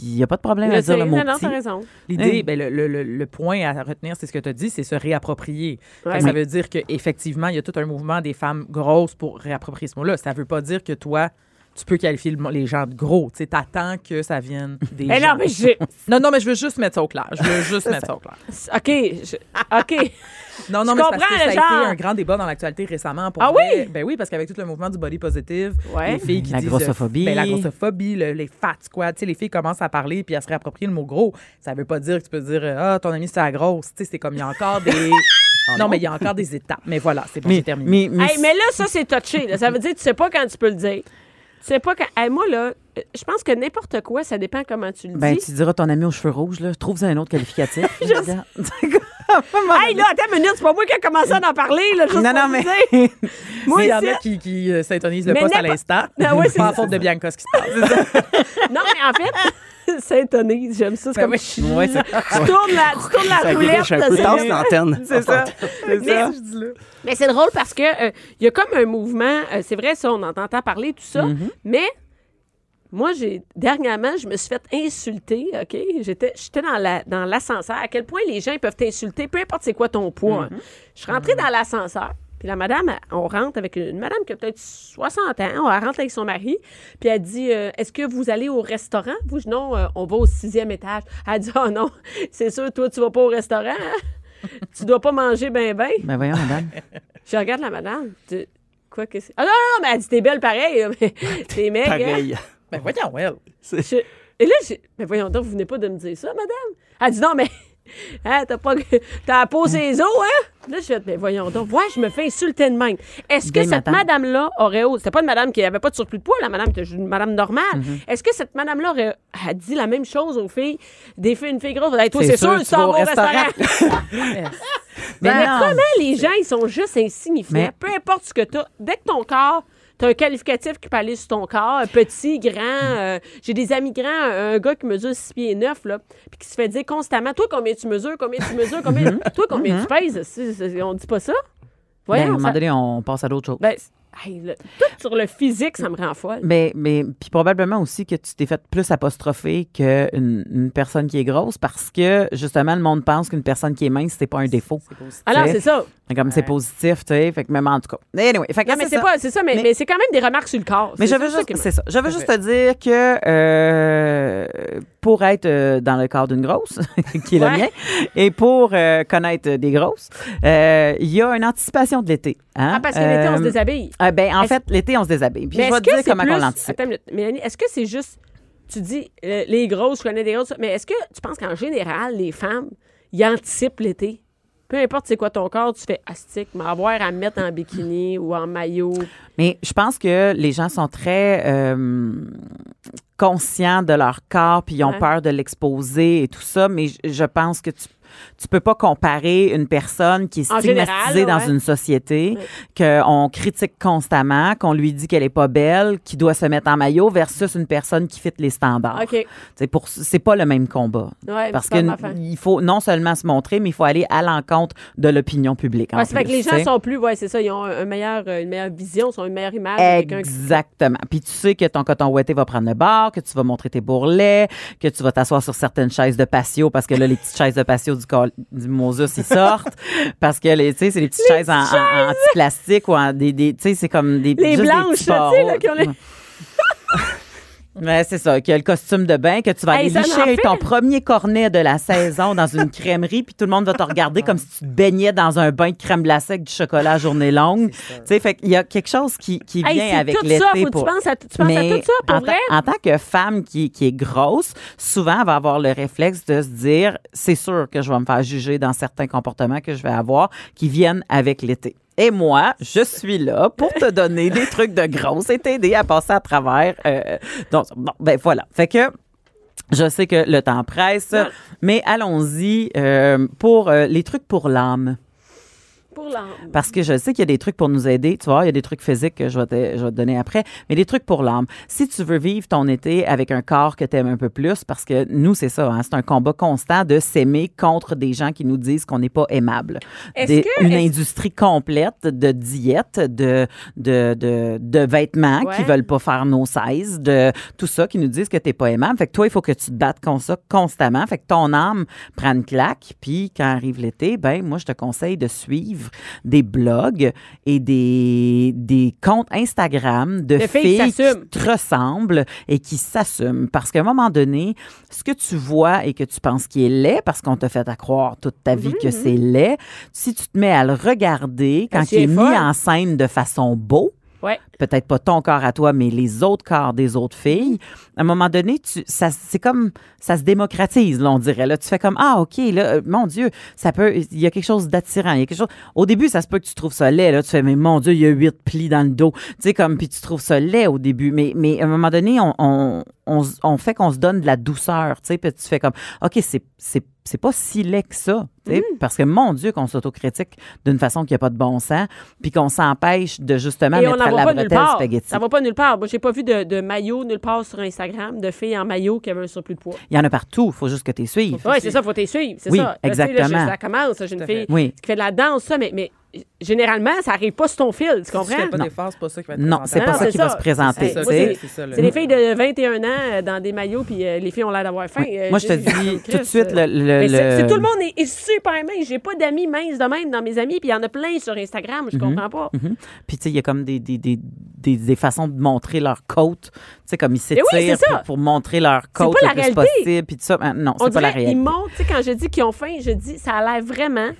F: il n'y a pas de problème à
C: le-
F: dire le mot
C: non, non,
F: petit.
C: t'as raison.
E: L'idée,
F: Hey.
E: ben, le, le- le- le point à retenir, c'est ce que tu as dit, c'est se réapproprier. Fait que
C: Ouais.
E: Ça veut dire qu'effectivement, il y a tout un mouvement des femmes grosses pour réapproprier ce mot-là. Ça veut pas dire que toi, tu peux qualifier le mo- les gens de gros. Tu sais, t'attends que ça vienne des
C: Mais
E: gens.
C: Eh non, mais j'ai.
E: Non, non, mais je veux juste mettre ça au clair. Je veux juste mettre ça au clair.
C: OK. je- OK.
E: Non, non,
C: Tu
E: mais c'est parce que
C: comprends,
E: ça a
C: le genre?
E: été un grand débat dans l'actualité récemment. Pour
C: Ah
E: vrai.
C: oui?
E: Ben oui, parce qu'avec tout le mouvement du body positive,
C: Ouais.
E: les filles qui
F: La
E: disent...
F: grossophobie.
E: Ben, la grossophobie, le- les fat squats. Tu sais, les filles commencent à parler puis à se réapproprier le mot gros. Ça veut pas dire que tu peux dire « Ah, ton ami, c'est la grosse ». Tu sais, c'est comme il y a encore des...
C: Ah
E: non, mais il y a encore des étapes. Mais voilà, c'est bon,
F: Mais,
E: j'ai terminé.
F: mais, mais,
C: Hey, mais là, ça, c'est touché. là. Ça veut dire que tu sais pas quand tu peux le dire. Tu sais pas quand. Hey, moi, là, euh, je pense que n'importe quoi, ça dépend comment tu le
F: ben,
C: dis.
F: tu diras à ton ami aux cheveux rouges, là, trouve un autre qualificatif. Regarde.
C: Hey, là, attends une minute, c'est pas moi qui ai commencé à en parler, là, juste
F: Non,
C: pour
F: non,
C: vous
F: mais-
C: dire. moi,
E: Il y en a
C: ici-
E: qui, qui euh, syntonisent le
C: Mais
E: poste à
C: n'importe-
E: l'instant.
C: Ah ouais, c'est
E: c'est pas
C: ça.
E: la faute de Bianca ce qui se passe.
C: Non, mais en fait, Saint-Denis, j'aime ça. C'est
E: Ben
C: comme
E: oui.
C: tu tournes la, tu tournes la
D: Ça
C: roulette.
D: griche un peu.
C: c'est-
D: Tasse l'antenne.
F: C'est ça. C'est
C: Mais-
F: ça.
C: Mais c'est drôle parce que euh, il y a comme un mouvement, euh, c'est vrai ça, on entend tant parler tout ça,
F: Mm-hmm.
C: mais moi j'ai dernièrement, je me suis fait insulter, OK J'étais j'étais dans la dans l'ascenseur, à quel point les gens ils peuvent t'insulter peu importe c'est quoi ton poids.
F: Mm-hmm.
C: hein. Je suis rentrée dans l'ascenseur. Puis la madame, elle- on rentre avec une, une madame qui a peut-être 60 ans. Elle rentre avec son mari. Puis elle dit euh, Est-ce que vous allez au restaurant Vous, je dis, non, euh, on va au sixième étage. Elle dit Oh non, c'est sûr, toi, tu vas pas au restaurant. hein? tu dois pas manger ben ben.
F: Ben voyons, madame.
C: Je regarde la madame. je dis, Quoi que c'est? Ah non, non, mais elle dit t'es belle pareil. mais T'es maigre. hein?
D: Pareil.
E: ben voyons, well.
C: Je- Et là, j'ai- mais voyons donc, vous venez pas de me dire ça, madame? Elle dit non, mais hein, t'as pas t'as la peau ses os, hein? Là, je fais, mais voyons donc, ouais, je me fais insulter de même. Est-ce que
F: Vieille
C: cette
F: madame.
C: madame-là aurait osé? C'était pas une madame qui avait pas de surplus de poids, la madame était juste une madame normale. Est-ce que cette madame-là aurait a dit la même chose aux filles, des filles, une fille grosse? Elle dit, toi,
F: C'est
C: c'est sûr,
F: sûr,
C: tu
F: tu vas
C: sors au
F: au
C: restaurant.
F: Mais
C: Mais
F: Ben, non.
C: Ben, comment les gens, ils sont juste insignifiants?
F: Mais-
C: Peu importe ce que tu as, dès que ton corps, tu as un qualificatif qui peut aller sur ton corps, euh, petit,
F: Hmm.
C: grand. euh, J'ai des amis grands, un gars qui mesure 6 pieds 9, là, puis qui se fait dire constamment Toi, combien tu mesures? Combien tu mesures? Combien, toi, combien tu pèses? C'est- c'est- On dit pas ça?
F: Mhm. Ben, à un
C: Voyons.
F: moment
C: ça-
F: donné, on passe à d'autres choses.
C: ben, c'est- hey, le- tout sur le physique, ça me rend folle.
F: Mais, mais puis probablement aussi que tu t'es fait plus apostropher qu'une une personne qui est grosse parce que justement le monde pense qu'une personne qui est mince c'est pas un défaut.
C: Alors,
F: c'est-
C: c'est ça.
F: Comme c'est positif, tu sais, fait que même en tout cas. Anyway, fait que
C: Non, mais c'est pas, c'est ça, mais,
F: Mais-
C: mais c'est quand même des remarques sur le corps.
F: mais je
C: C'est
F: veux
C: ça
F: juste,
C: qui me-
F: c'est ça. Je veux juste te dire que euh, pour être euh, dans le corps d'une grosse, qui est
C: Ouais.
F: le mien, et pour euh, connaître des grosses, euh, il y a une anticipation de l'été. hein.
C: Ah, parce que l'été, on se
F: Euh,
C: déshabille.
F: euh, ben, en
C: Est-ce-
F: fait, l'été, on se déshabille. Puis
C: Mais
F: je vais
C: est-ce
F: te
C: que
F: dire
C: c'est
F: comment
C: plus...
F: on l'anticipe.
C: Attends une minute, Mélanie, est-ce que c'est juste... Tu dis, euh, les grosses, je connais des grosses, mais est-ce que tu penses qu'en général, les femmes, ils anticipent l'été? Peu importe c'est quoi ton corps, tu fais astique, m'avoir à me mettre en bikini ou en maillot.
F: Mais je pense que les gens sont très euh, conscients de leur corps, puis ils ont
C: Ouais.
F: peur de l'exposer et tout ça. Mais je, je pense que tu tu peux pas comparer une personne qui est
C: En
F: stigmatisée
C: général, là,
F: dans
C: ouais.
F: une société, qu'on critique constamment, qu'on lui dit qu'elle est pas belle, qui doit se mettre en maillot, versus une personne qui fit les standards.
C: OK.
F: C'est pour c'est pas le même combat.
C: Ouais,
F: Ah. Parce
C: c'est pas ma fin.
F: qu'il faut non seulement se montrer, mais il faut aller à l'encontre de l'opinion publique. en
C: Ouais, c'est fait que
F: plus,
C: les
F: tu
C: gens
F: sais.
C: sont plus, ouais, c'est ça, ils ont un un meilleur, euh, une meilleure vision, ils ont une meilleure image. de quelqu'un qui-
F: Exactement. Puis tu sais que ton coton ouaté va prendre le bord, que tu vas montrer tes bourrelets, que tu vas t'asseoir sur certaines chaises de patio parce que là, les petites chaises de patio du, col- du Moses, ils sortent. parce que, les- tu sais, c'est les petites chaises en, en- en petit plastique ou en des. des- tu sais, c'est comme des.
C: Les
F: juste des
C: blanches,
F: petits
C: là, tu sais, là,
F: barreaux.
C: qui ont les-
F: Ouais, c'est ça, qu'il y a le costume de bain, que tu vas
C: Hey,
F: aller
C: ça
F: licher
C: m'en fait.
F: ton premier cornet de la saison dans une crèmerie, puis tout le monde va te regarder comme si tu te baignais dans un bain de crème glacée avec du chocolat à journée longue. Tu sais, fait qu'il y a quelque chose qui, qui
C: Hey,
F: vient
C: c'est
F: avec
C: tout
F: l'été.
C: ça, faut que
F: pour-
C: tu penses à, tout- tu penses à tout ça, pour
F: en,
C: vrai?
F: tant- en tant que femme qui, qui est grosse, souvent, elle va avoir le réflexe de se dire c'est sûr que je vais me faire juger dans certains comportements que je vais avoir qui viennent avec l'été. Et moi, je suis là pour te donner des trucs de gros et t'aider à passer à travers. euh, donc, bon, ben voilà. Fait que. Je sais que le temps presse,
C: Ah.
F: mais allons-y euh, pour euh, les trucs pour l'âme.
C: Pour l'âme.
F: Parce que je sais qu'il y a des trucs pour nous aider. Tu vois, il y a des trucs physiques que je vais te, je vais te donner après, mais des trucs pour l'âme. Si tu veux vivre ton été avec un corps que tu aimes un peu plus, parce que nous, c'est ça, hein, c'est un combat constant de s'aimer contre des gens qui nous disent qu'on n'est pas aimable.
C: Est-ce
F: Des-
C: que-
F: une
C: est-ce-
F: industrie complète de diètes, de, de, de, de vêtements qui
C: Ouais.
F: veulent pas faire nos 16, de tout ça, qui nous disent que t'es pas aimable. Fait que toi, il faut que tu te battes contre ça constamment. Fait que ton âme prend une claque. Puis quand arrive l'été, ben moi, je te conseille de suivre des blogs et des, des comptes Instagram de,
C: De filles qui
F: filles,
C: s'assument.
F: qui te ressemblent et qui s'assument. Parce qu'à un moment donné, ce que tu vois et que tu penses qui est laid, parce qu'on t'a fait à croire toute ta vie que c'est laid, si tu te mets à le regarder quand
C: tu
F: il
C: es
F: est mis
C: folle.
F: en scène de façon beau,
C: Ouais.
F: peut-être pas ton corps à toi, mais les autres corps des autres filles, à un moment donné, tu, ça, c'est comme, ça se démocratise, là, on dirait. Là, tu fais comme, ah, OK, là, euh, mon Dieu, ça peut, il y a quelque chose d'attirant, il y a quelque chose. Au début, ça se peut que tu trouves ça laid, là, tu fais, mais mon Dieu, il y a huit plis dans le dos. Tu sais, comme, puis tu trouves ça laid au début, mais, mais à un moment donné, on, on, on s- on fait qu'on se donne de la douceur, tu sais, puis tu fais comme, OK, c'est, c'est, c'est pas si laid que ça, tu sais,
C: Mm.
F: parce que mon Dieu, qu'on s'autocritique d'une façon qui a pas de bon sens, puis qu'on s'empêche de justement
C: Et on n'en
F: mettre à
C: va
F: la
C: pas nulle
F: bretelle
C: part.
F: spaghetti.
C: Ça va pas nulle part. Moi, j'ai pas vu de, de maillot nulle part sur Instagram de filles en maillot qui avaient un surplus de poids.
F: Il y en a partout, il faut juste que tu les suives.
C: Oui, c'est ça, faut t'y suivre. C'est
F: Oui,
C: ça. Là, tu sais, là,
F: exactement.
C: je- ça commence. là, J'ai une fille
F: Oui.
C: qui fait de la danse, ça, mais, mais généralement, ça arrive pas sur ton fil. Tu
E: Si tu
C: comprends?
E: fais pas
F: Non.
E: d'efforts, c'est pas ça qui va être
F: Non, c'est
C: Non,
F: pas
C: non,
F: ça
C: c'est
F: qui va
C: ça.
F: se présenter.
C: C'est ça.
F: tu sais.
C: Moi, C'est des filles de 21 ans euh, dans des maillots, puis euh, les filles ont l'air d'avoir faim.
F: Oui.
C: Euh,
F: Moi, je te
C: j'ai-
F: dis
C: Christ,
F: tout de suite,
C: euh,
F: le. le-
C: mais c'est-
F: le-
C: c'est- tout le monde est, est super mince. J'ai pas d'amis minces de même dans mes amis, puis il y en a plein sur Instagram. Je comprends pas.
F: Mhm. Puis, tu sais, il y a comme des, des, des, des, des façons de montrer leur côte. Tu sais, comme ils
C: Eh oui, c'est
F: s'étirent
C: ça.
F: pour, pour montrer leur côte
C: pas
F: le
C: la
F: plus
C: réalité.
F: possible. Puis tout ça. Ah, Non,
C: On
F: c'est pas la
C: dirait, ils
F: réalité.
C: montent, tu sais, quand je dis qu'ils ont faim, je dis, ça a l'air vraiment,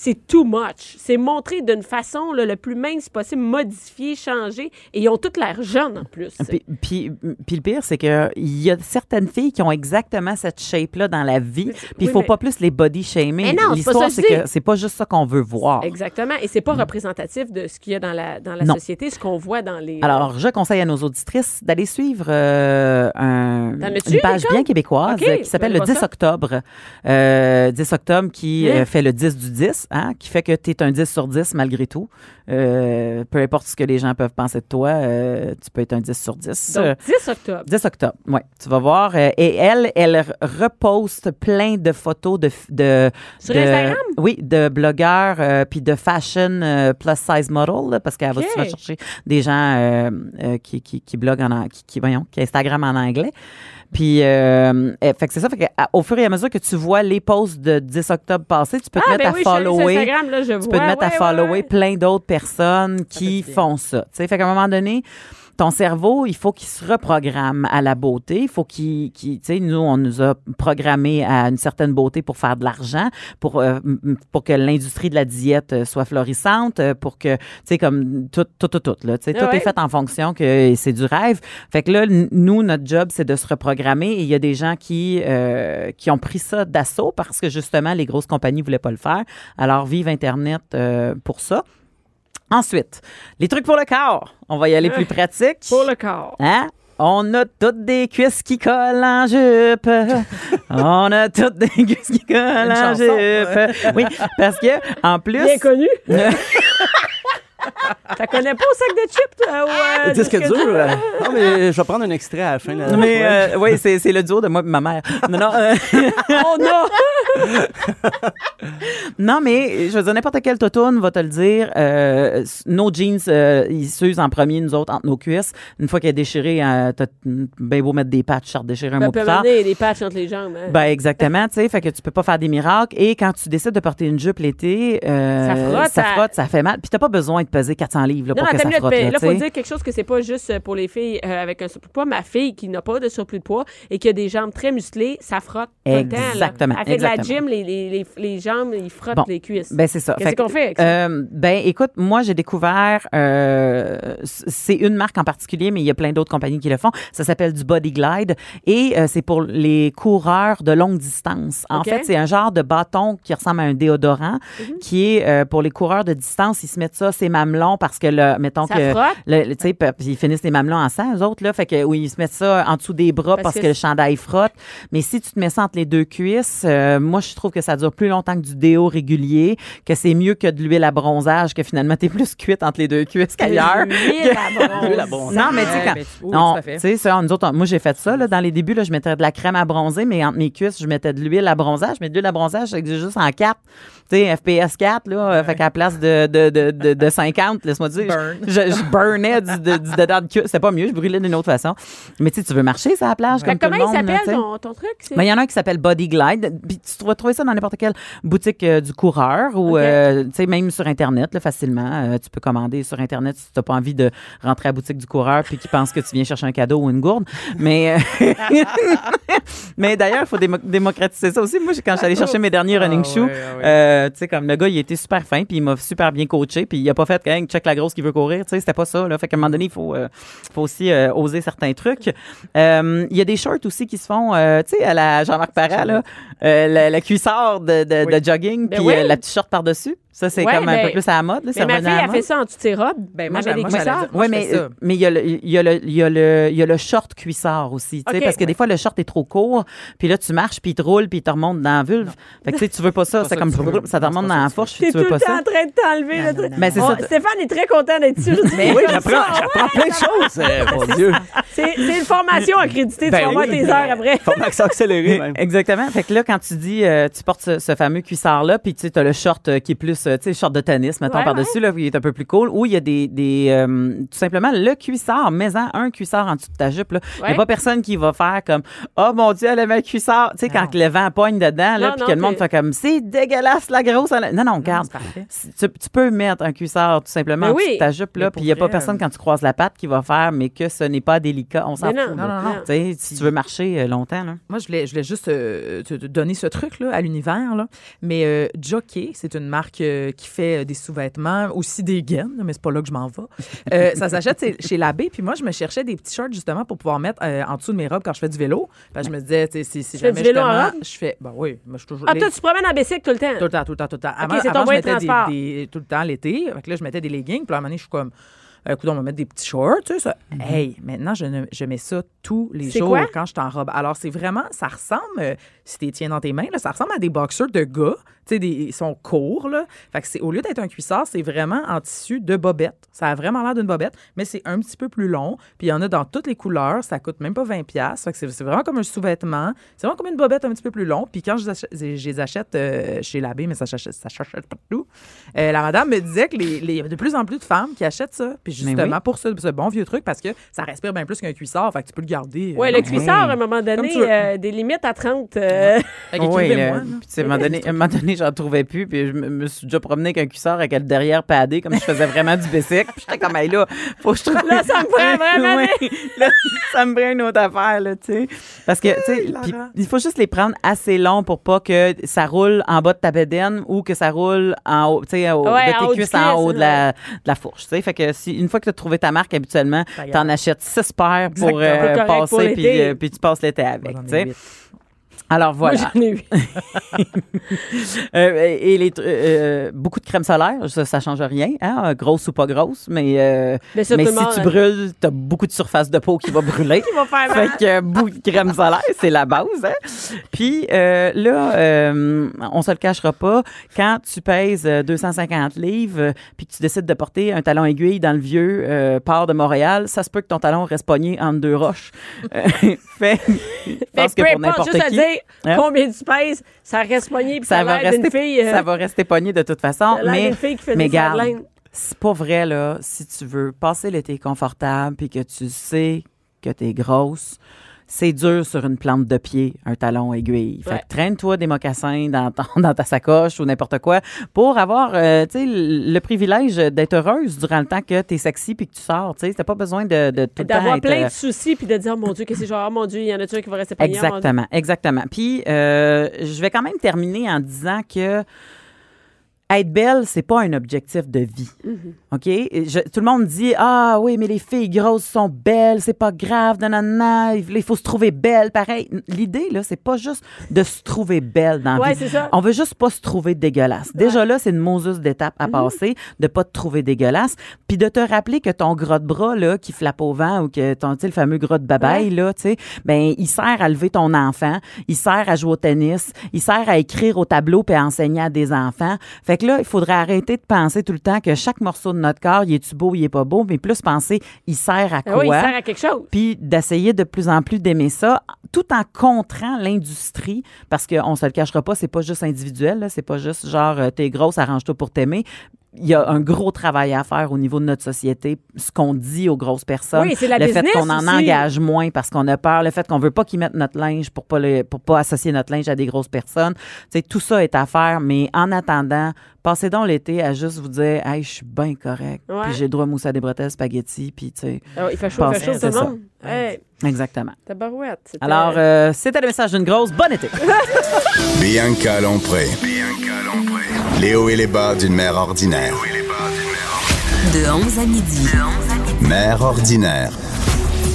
C: c'est too much. C'est montré d'une façon là, le plus mince possible, modifié, changé, et ils ont toutes l'air jeunes en plus.
F: Puis, puis, puis le pire, c'est qu'il y a certaines filles qui ont exactement cette shape-là dans la vie. Puis il
C: oui,
F: faut
C: mais-
F: pas plus les body shamer.
C: Mais non, c'est pas ça
F: L'histoire,
C: que je
F: c'est
C: dis.
F: que c'est pas juste ça qu'on veut voir.
C: Exactement, et c'est pas représentatif de ce qu'il y a dans la, dans la
F: oh. Non.
C: société, ce qu'on voit dans les...
F: Alors, je conseille à nos auditrices d'aller suivre euh, un-
C: T'en as-tu,
F: une page
C: Nicole?
F: bien québécoise
C: OK,
F: euh, qui s'appelle
C: ben, je
F: le
C: vois
F: 10
C: ça.
F: octobre. Euh, 10 octobre qui
C: Hein?
F: euh, fait le 10 du 10, hein, qui fait que tu es un 10 sur 10 malgré tout. Euh, peu importe ce que les gens peuvent penser de toi, euh, tu peux être un 10 sur 10.
C: Donc,
F: Euh,
C: 10 octobre.
F: 10 octobre, oui. Tu vas voir. euh, et elle, elle reposte plein de photos de... f- de
C: Sur
F: de-
C: Instagram?
F: Oui, de blogueurs, euh, puis de fashion euh, plus size model, là, parce qu'elle va-
C: OK.
F: tu vas chercher des gens euh, euh, qui, qui, qui bloguent en... an- Qui, qui, voyons, qui Instagram en anglais. Puis, euh, euh, fait que c'est ça. Fait que, à- au fur et à mesure que tu vois les posts de 10 octobre passé, tu peux te
C: ah,
F: mettre
C: ben
F: à
C: oui, je suis allée sur
F: follower
C: Instagram, là, je
F: tu
C: vois.
F: peux te mettre à
C: ouais,
F: follower
C: ouais, ouais.
F: plein d'autres personnes qui font ça. Tu sais, fait qu'à un moment donné, ton cerveau, il faut qu'il se reprogramme à la beauté. Il faut qu'il, qu'il- tu sais, nous, on nous a programmé à une certaine beauté pour faire de l'argent, pour euh, m- m- pour que l'industrie de la diète euh, soit florissante, euh, pour que, tu sais, comme tout, tout, tout, tout, là, tu sais,
C: Ah
F: tout
C: ouais.
F: est fait en fonction que euh, c'est du rêve. Fait que là, n- nous, notre job, c'est de se reprogrammer. Et il y a des gens qui euh, qui ont pris ça d'assaut parce que justement, les grosses compagnies voulaient pas le faire. Alors, vive Internet euh, pour ça. Ensuite, les trucs pour le corps. On va y aller plus pratique.
C: Euh, Pour le corps.
F: Hein? On a toutes des cuisses qui collent en jupe. On a toutes des cuisses qui collent
E: Une
F: en
E: chanson,
F: jupe. Oui, parce que en plus,
C: Bien connu. T'as connais pas au sac de chips, toi? ou,
F: Ah,
C: euh,
D: Le disque
C: disque
D: dur. euh, Non, mais je vais prendre un extrait à la fin. Là,
F: mais
D: Ouais.
F: euh, oui, c'est c'est le duo de moi et ma mère. Non, non, euh,
C: On a!
F: non, mais je veux dire, n'importe quel totoune va te le dire. euh, nos jeans, euh, ils s'usent en premier, nous autres, entre nos cuisses. Une fois qu'elle est déchirée, euh, t'as bien beau mettre des patchs, ça redéchire un
C: Ça
F: mois
C: peut
F: plus tard.
C: mener des patchs entre les jambes. hein.
F: Ben exactement, tu sais, fait que tu peux pas faire des miracles et quand tu décides de porter une jupe l'été, euh,
C: Ça frotte,
F: ça
C: ça-
F: frotte, ça fait mal. Puis t'as pas besoin de peser 400 livres
C: Non,
F: là, pour
C: non,
F: que
C: t'as
F: ça
C: mis le
F: frotte.
C: pain.
F: là,
C: Là,
F: tu
C: faut
F: sais.
C: dire quelque chose que c'est pas juste euh, pour les filles euh, avec un surplus de poids. Ma fille qui n'a pas de surplus de poids et qui a des jambes très musclées, ça frotte tout le temps. là.
F: Exactement,
C: Elle fait de la
F: exactement.
C: gym, les, les, les, les jambes, ils frottent
F: Bon.
C: les cuisses.
F: Ben, c'est ça.
C: Qu'est-ce
F: que,
C: qu'on fait avec ça?
F: euh, ben, écoute, moi, j'ai découvert, euh, c'est une marque en particulier, mais il y a plein d'autres compagnies qui le font. Ça s'appelle du Body Glide et euh, c'est pour les coureurs de longue distance. En
C: OK. Mhm.
F: fait, c'est un genre de bâton qui ressemble à un déodorant qui est euh, pour les coureurs de distance. Ils se mettent ça, c'est mamelons parce que, le, mettons
C: Ça
F: que.
C: frotte?
F: le- le- tu sais, pe- puis ils finissent les mamelons en sang, eux autres, là. Fait que, oui, ils se mettent ça en dessous des bras parce,
C: Parce
F: que,
C: que
F: le chandail frotte. Mais si tu te mets ça entre les deux cuisses, euh, moi, je trouve que ça dure plus longtemps que du déo régulier, que c'est mieux que de l'huile à bronzage, que finalement, t'es plus cuite entre les deux cuisses qu'ailleurs.
C: L'huile à
D: L'huile à
C: bronzage.
F: Non, mais tu sais,
E: Ouais,
F: quand.
E: ben, tu- oui,
F: non,
E: tout à fait.
F: tu sais, ça, nous autres, on- moi, j'ai fait ça, là, dans les débuts, là, je mettais de la crème à bronzer, mais entre mes cuisses, je mettais de l'huile à bronzage. Mais de l'huile à bronzage, c'est que j'ai juste en 4, tu sais, FPS 4, là, euh, fait qu'à la place de, de, de, de, de 50, laisse-moi dire,
E: Burn.
F: je, je burnais du, de- du dedans de cuisse. C'est pas mieux, je brûlais d'une autre façon. Mais tu sais, tu veux marcher sur la plage,
C: Fait
F: comme
C: que comment
F: tout le
C: il
F: monde, là, tu
C: s'appelle
F: sais.
C: ton, ton truc? c'est-
F: Mais il y en a un qui s'appelle Body Glide. Puis tu vas trouver ça dans n'importe quelle boutique euh, du coureur ou
C: Ok.
F: euh, tu sais même sur internet là, facilement. Euh, tu peux commander sur internet si tu n'as pas envie de rentrer à la boutique du coureur puis qui pense que tu viens chercher un cadeau ou une gourde. Mais euh, mais d'ailleurs il faut démo- démocratiser ça aussi. Moi j'ai- quand j'allais chercher mes derniers running
E: Ah
F: shoes,
E: ouais, ah ouais.
F: euh, tu sais comme le gars il était super fin puis il m'a super bien coaché puis il a pas fait quand check la grosse qui veut courir. Tu sais c'était pas ça. Là. Fait qu'à un moment donné il faut euh, faut aussi euh, oser certains trucs. Euh, Il y a des shorts aussi qui se font, euh, tu sais, à la Jean-Marc Parra, là, euh, la, la cuissard de, de, de jogging,
C: Ben
F: puis
C: oui.
F: euh, la petite short par-dessus. Ça, c'est
C: Ouais,
F: comme un peu
C: mais-
F: plus à la mode. Là, c'est
C: Mais ma
F: revenu à
C: fille
F: la
C: a
F: mode.
C: fait ça en toute ses robes.
E: Ben, moi,
C: elle avait
E: j'avais-
C: des
E: moi, j'allais
C: cuissards.
E: dire-
F: Oui,
E: je
F: mais
E: fais ça.
F: mais il y, a le- il y, a le- il y, a le- il y a le short cuissard aussi, tu sais,
C: OK.
F: parce que des fois, le short est trop court, puis là, tu marches, puis il te roule, puis il te remonte dans la vulve. Fait que, tu sais, tu veux pas ça,
E: pas
F: c'est
E: ça
F: comme,
E: que tu veux.
F: ça te
E: Non, c'est
F: remonte
E: pas
F: dans
E: ça
F: la
E: que tu
F: fourche,
C: T'es
F: puis tu
C: tout
F: veux
C: le
F: pas
C: temps
F: ça.
C: en train de t'enlever le truc.
F: Mais c'est ça.
C: Oh, Stéphane est très content d'être ici. aujourd'hui.
D: Oui, j'apprends j'apprends plein de choses, euh, mon Dieu.
C: C'est c'est une formation accréditée.
D: Ben
C: tu vas voir
D: oui.
C: tes heures après.
D: Formation accélérée, même.
F: Exactement. Fait que là, quand tu dis, euh, tu portes ce, ce fameux cuissard-là, puis tu as le short euh, qui est plus, euh, tu sais, short de tennis, mettons,
C: Ouais,
F: par-dessus, là, qui est un peu plus cool, ou il y a des, des euh, tout simplement, le cuissard, mets-en un cuissard en dessous de ta jupe, là. Il n'y a
C: Ouais.
F: pas personne qui va faire comme, oh mon Dieu, elle a un cuissard. Tu sais, quand le vent pogne dedans, là,
C: Non,
F: puis
C: non,
F: que le monde
C: c'est- Mm.
F: fait comme, c'est dégueulasse, la grosse. elle a- Non, non, regarde.
E: c'est parfait.
F: Si- Tu, tu peux mettre un cuissard tout simplement
C: Mais
F: en dessous
C: Ben oui.
F: de ta jupe, là,
E: Mais
F: puis
E: pour
F: il n'y a pas
E: vrai,
F: personne quand tu croises la patte qui va faire, mais que ce n'est pas délicat. On s'en
C: Mais
F: fout.
C: non,
F: là.
E: non, non, non.
F: Tu sais, si tu veux marcher euh, longtemps, là.
E: Moi, je voulais, je voulais juste euh, te, te donner ce truc-là à l'univers. Là. Mais euh, Jockey, c'est une marque euh, qui fait euh, des sous-vêtements, aussi des gaines, mais c'est pas là que je m'en vais. Euh, ça s'achète c'est chez l'abbé. Puis moi, je me cherchais des petits shirts justement pour pouvoir mettre euh, en dessous de mes robes quand je fais du vélo. Parce que je me disais, tu sais, si, si
C: Tu fais
E: jamais
C: du vélo en
E: justement,
C: robe?
E: je fais. Ben oui, moi, je suis toujours.
C: Ah,
E: les-
C: toi, tu te promènes en bicycle tout le temps.
E: tout le temps, tout le temps, tout le temps. Avant,
C: c'est ton
E: avant, je
C: moyen de
E: mettais des-
C: transport.
E: des- euh, tout le temps l'été. Fait que là, je mettais des leggings. Puis à un moment donné, je suis comme, euh, écoute, on va mettre des petits shorts, tu sais, ça. Hey, maintenant, je, ne- je mets ça tous les
C: Mm-hmm. C'est
E: jours
C: quoi?
E: quand je suis en robe. Alors, c'est vraiment, ça ressemble, euh, si tu les tiens dans tes mains, là, ça ressemble à des boxers de gars. Tu sais, des- ils sont courts, là. Fait que c'est, au lieu d'être un cuissard, c'est vraiment en tissu de bobette. Ça a vraiment l'air d'une bobette, mais c'est un petit peu plus long. Puis il y en a dans toutes les couleurs. Ça coûte même pas 20$. piastres. Fait que c'est, c'est vraiment comme un sous-vêtement. C'est vraiment comme une bobette un petit peu plus long. Puis quand je les achète, je les achète euh, chez l'abbé, mais ça s'achète ça s'achète partout, euh, la madame me disait qu'il y a de plus en plus de femmes qui achètent ça. Puis
F: Mais oui.
E: justement, pour ce, ce bon vieux truc, parce que ça respire bien plus qu'un cuissard. Fait que tu peux le garder. euh,
C: Oui, le cuissard, à un moment
E: Comme
C: donné,
E: tu veux.
C: euh, des limites à 30. euh,
E: Fait
F: Oui,
E: qu'écrivez-moi, là.
F: là. Puis, tu sais, à un moment donné, à un moment donné, j'en trouvais plus. Puis je me me suis déjà promené avec un cuissard avec le derrière padé, comme je faisais vraiment du bicycle. Puis j'étais comme, hey, là, faut que je trouve.
C: Là, ça me prend vraiment
F: Ouais, là, ça me prend une autre affaire, là, tu sais. Parce que, tu sais, puis il faut juste les prendre assez long pour pas que ça roule en bas de ta bédaine ou que ça roule en haut, tu sais, au-
C: Ouais, en
F: de
C: haut
F: tes
C: du
F: cuisses
C: cuisse,
F: en haut de la,
C: ouais.
F: de la fourche, tu sais. Fait que, si, une fois que tu as trouvé ta marque, habituellement, tu en achètes six paires pour
C: Exactement.
F: euh,
C: Correct pour
F: passer, puis,
C: l'été.
F: euh, puis tu passes l'été avec,
E: J'en ai
F: tu sais.
E: huit.
F: Alors voilà.
C: Moi, j'en ai eu.
F: Euh, et les, tr- euh, beaucoup de crème solaire, ça, ça change rien, hein, euh, grosse ou pas grosse, mais, euh,
C: Mais ça,
F: mais
C: tout
F: si
C: le monde,
F: tu
C: hein.
F: brûles, t'as beaucoup de surface de peau qui va brûler.
C: Qui va faire mal.
F: Fait que beaucoup de crème solaire, c'est la base. hein. Puis euh, là, euh, on se le cachera pas, quand tu pèses euh, 250 livres euh, puis que tu décides de porter un talon aiguille dans le vieux euh, port de Montréal, ça se peut que ton talon reste pogné entre deux roches. Euh, fait, je
C: Fait
F: pense
C: que
F: que
C: peu
F: pour
C: importe,
F: n'importe
C: juste à
F: qui,
C: dire
F: Hein?
C: combien tu pèses, ça reste poigné puis ça,
F: ça va
C: a l'air d'une
F: rester
C: fille. euh,
F: ça va rester pogné de toute façon
C: ça a l'air
F: mais
C: d'une fille qui fait
F: mais
C: des
F: garde,
C: sardines.
F: c'est pas vrai là si tu veux passer l'été confortable puis que tu sais que t'es grosse c'est dur sur une plante de pied, un talon aiguille. Fait
C: Ouais.
F: que traîne-toi des mocassins dans, ton- dans ta sacoche ou n'importe quoi pour avoir euh, tu sais, le le privilège d'être heureuse durant le temps que tu es sexy puis que tu sors. Tu n'as pas besoin de, de tout le temps
C: D'avoir
F: être,
C: plein
F: euh,
C: de soucis puis de dire, mon Dieu, qu'est-ce que j'ai? Oh mon Dieu, il y en a un qui va rester pogné. oh, mon Dieu.
F: Exactement, exactement. Puis, euh, je vais quand même terminer en disant que être belle, c'est pas un objectif de vie.
C: Mm-hmm.
F: OK? Je- tout le monde dit Ah oui, mais les filles grosses sont belles, c'est pas grave, nanana, il faut se trouver belle, pareil. L'idée, là, c'est pas juste de se trouver belle dans la
C: Ouais,
F: vie.
C: c'est ça.
F: On veut juste pas se trouver dégueulasse. Déjà là, c'est une mosus d'étape
C: Mhm.
F: à passer, de pas te trouver dégueulasse, puis de te rappeler que ton gros de bras là qui flappe au vent ou que ton tu sais, le fameux gros de babaille là, tu sais, ben il sert à lever ton enfant, il sert à jouer au tennis, il sert à écrire au tableau puis à enseigner à des enfants. Fait que là, il faudrait arrêter de penser tout le temps que chaque morceau de notre corps, il est tu beau, il est pas beau, mais plus penser il sert à
C: Ah
F: quoi
C: oui, il sert à quelque chose.
F: puis d'essayer de plus en plus d'aimer ça, tout en contrant l'industrie, parce qu'on se le cachera pas, c'est pas juste individuel, là, c'est pas juste genre euh, t'es grosse, arrange-toi pour t'aimer. Il y a un gros travail à faire au niveau de notre société, ce qu'on dit aux grosses personnes,
C: Oui, c'est la
F: le fait
C: business
F: qu'on en
C: aussi.
F: engage moins parce qu'on a peur, le fait qu'on veut pas qu'ils mettent notre linge pour pas le- pour pas associer notre linge à des grosses personnes. Tu sais, tout ça est à faire, mais en attendant, passez donc l'été à juste vous dire, hey, je suis bien correct,
C: Ouais.
F: puis j'ai le droit à mousser à des bretelles spaghetti, puis tu sais,
C: Ah oui, il fait chaud, il fait
F: Pensez,
C: chaud, tout
F: c'est
C: le monde. Hey,
F: exactement.
C: tabarouette. c'était-
F: Alors, euh, c'était le message d'une grosse. Bon été!
B: Bianca Lompré. Les hauts et les bas d'une mère ordinaire.
A: De 11 à midi.
B: Mère ordinaire.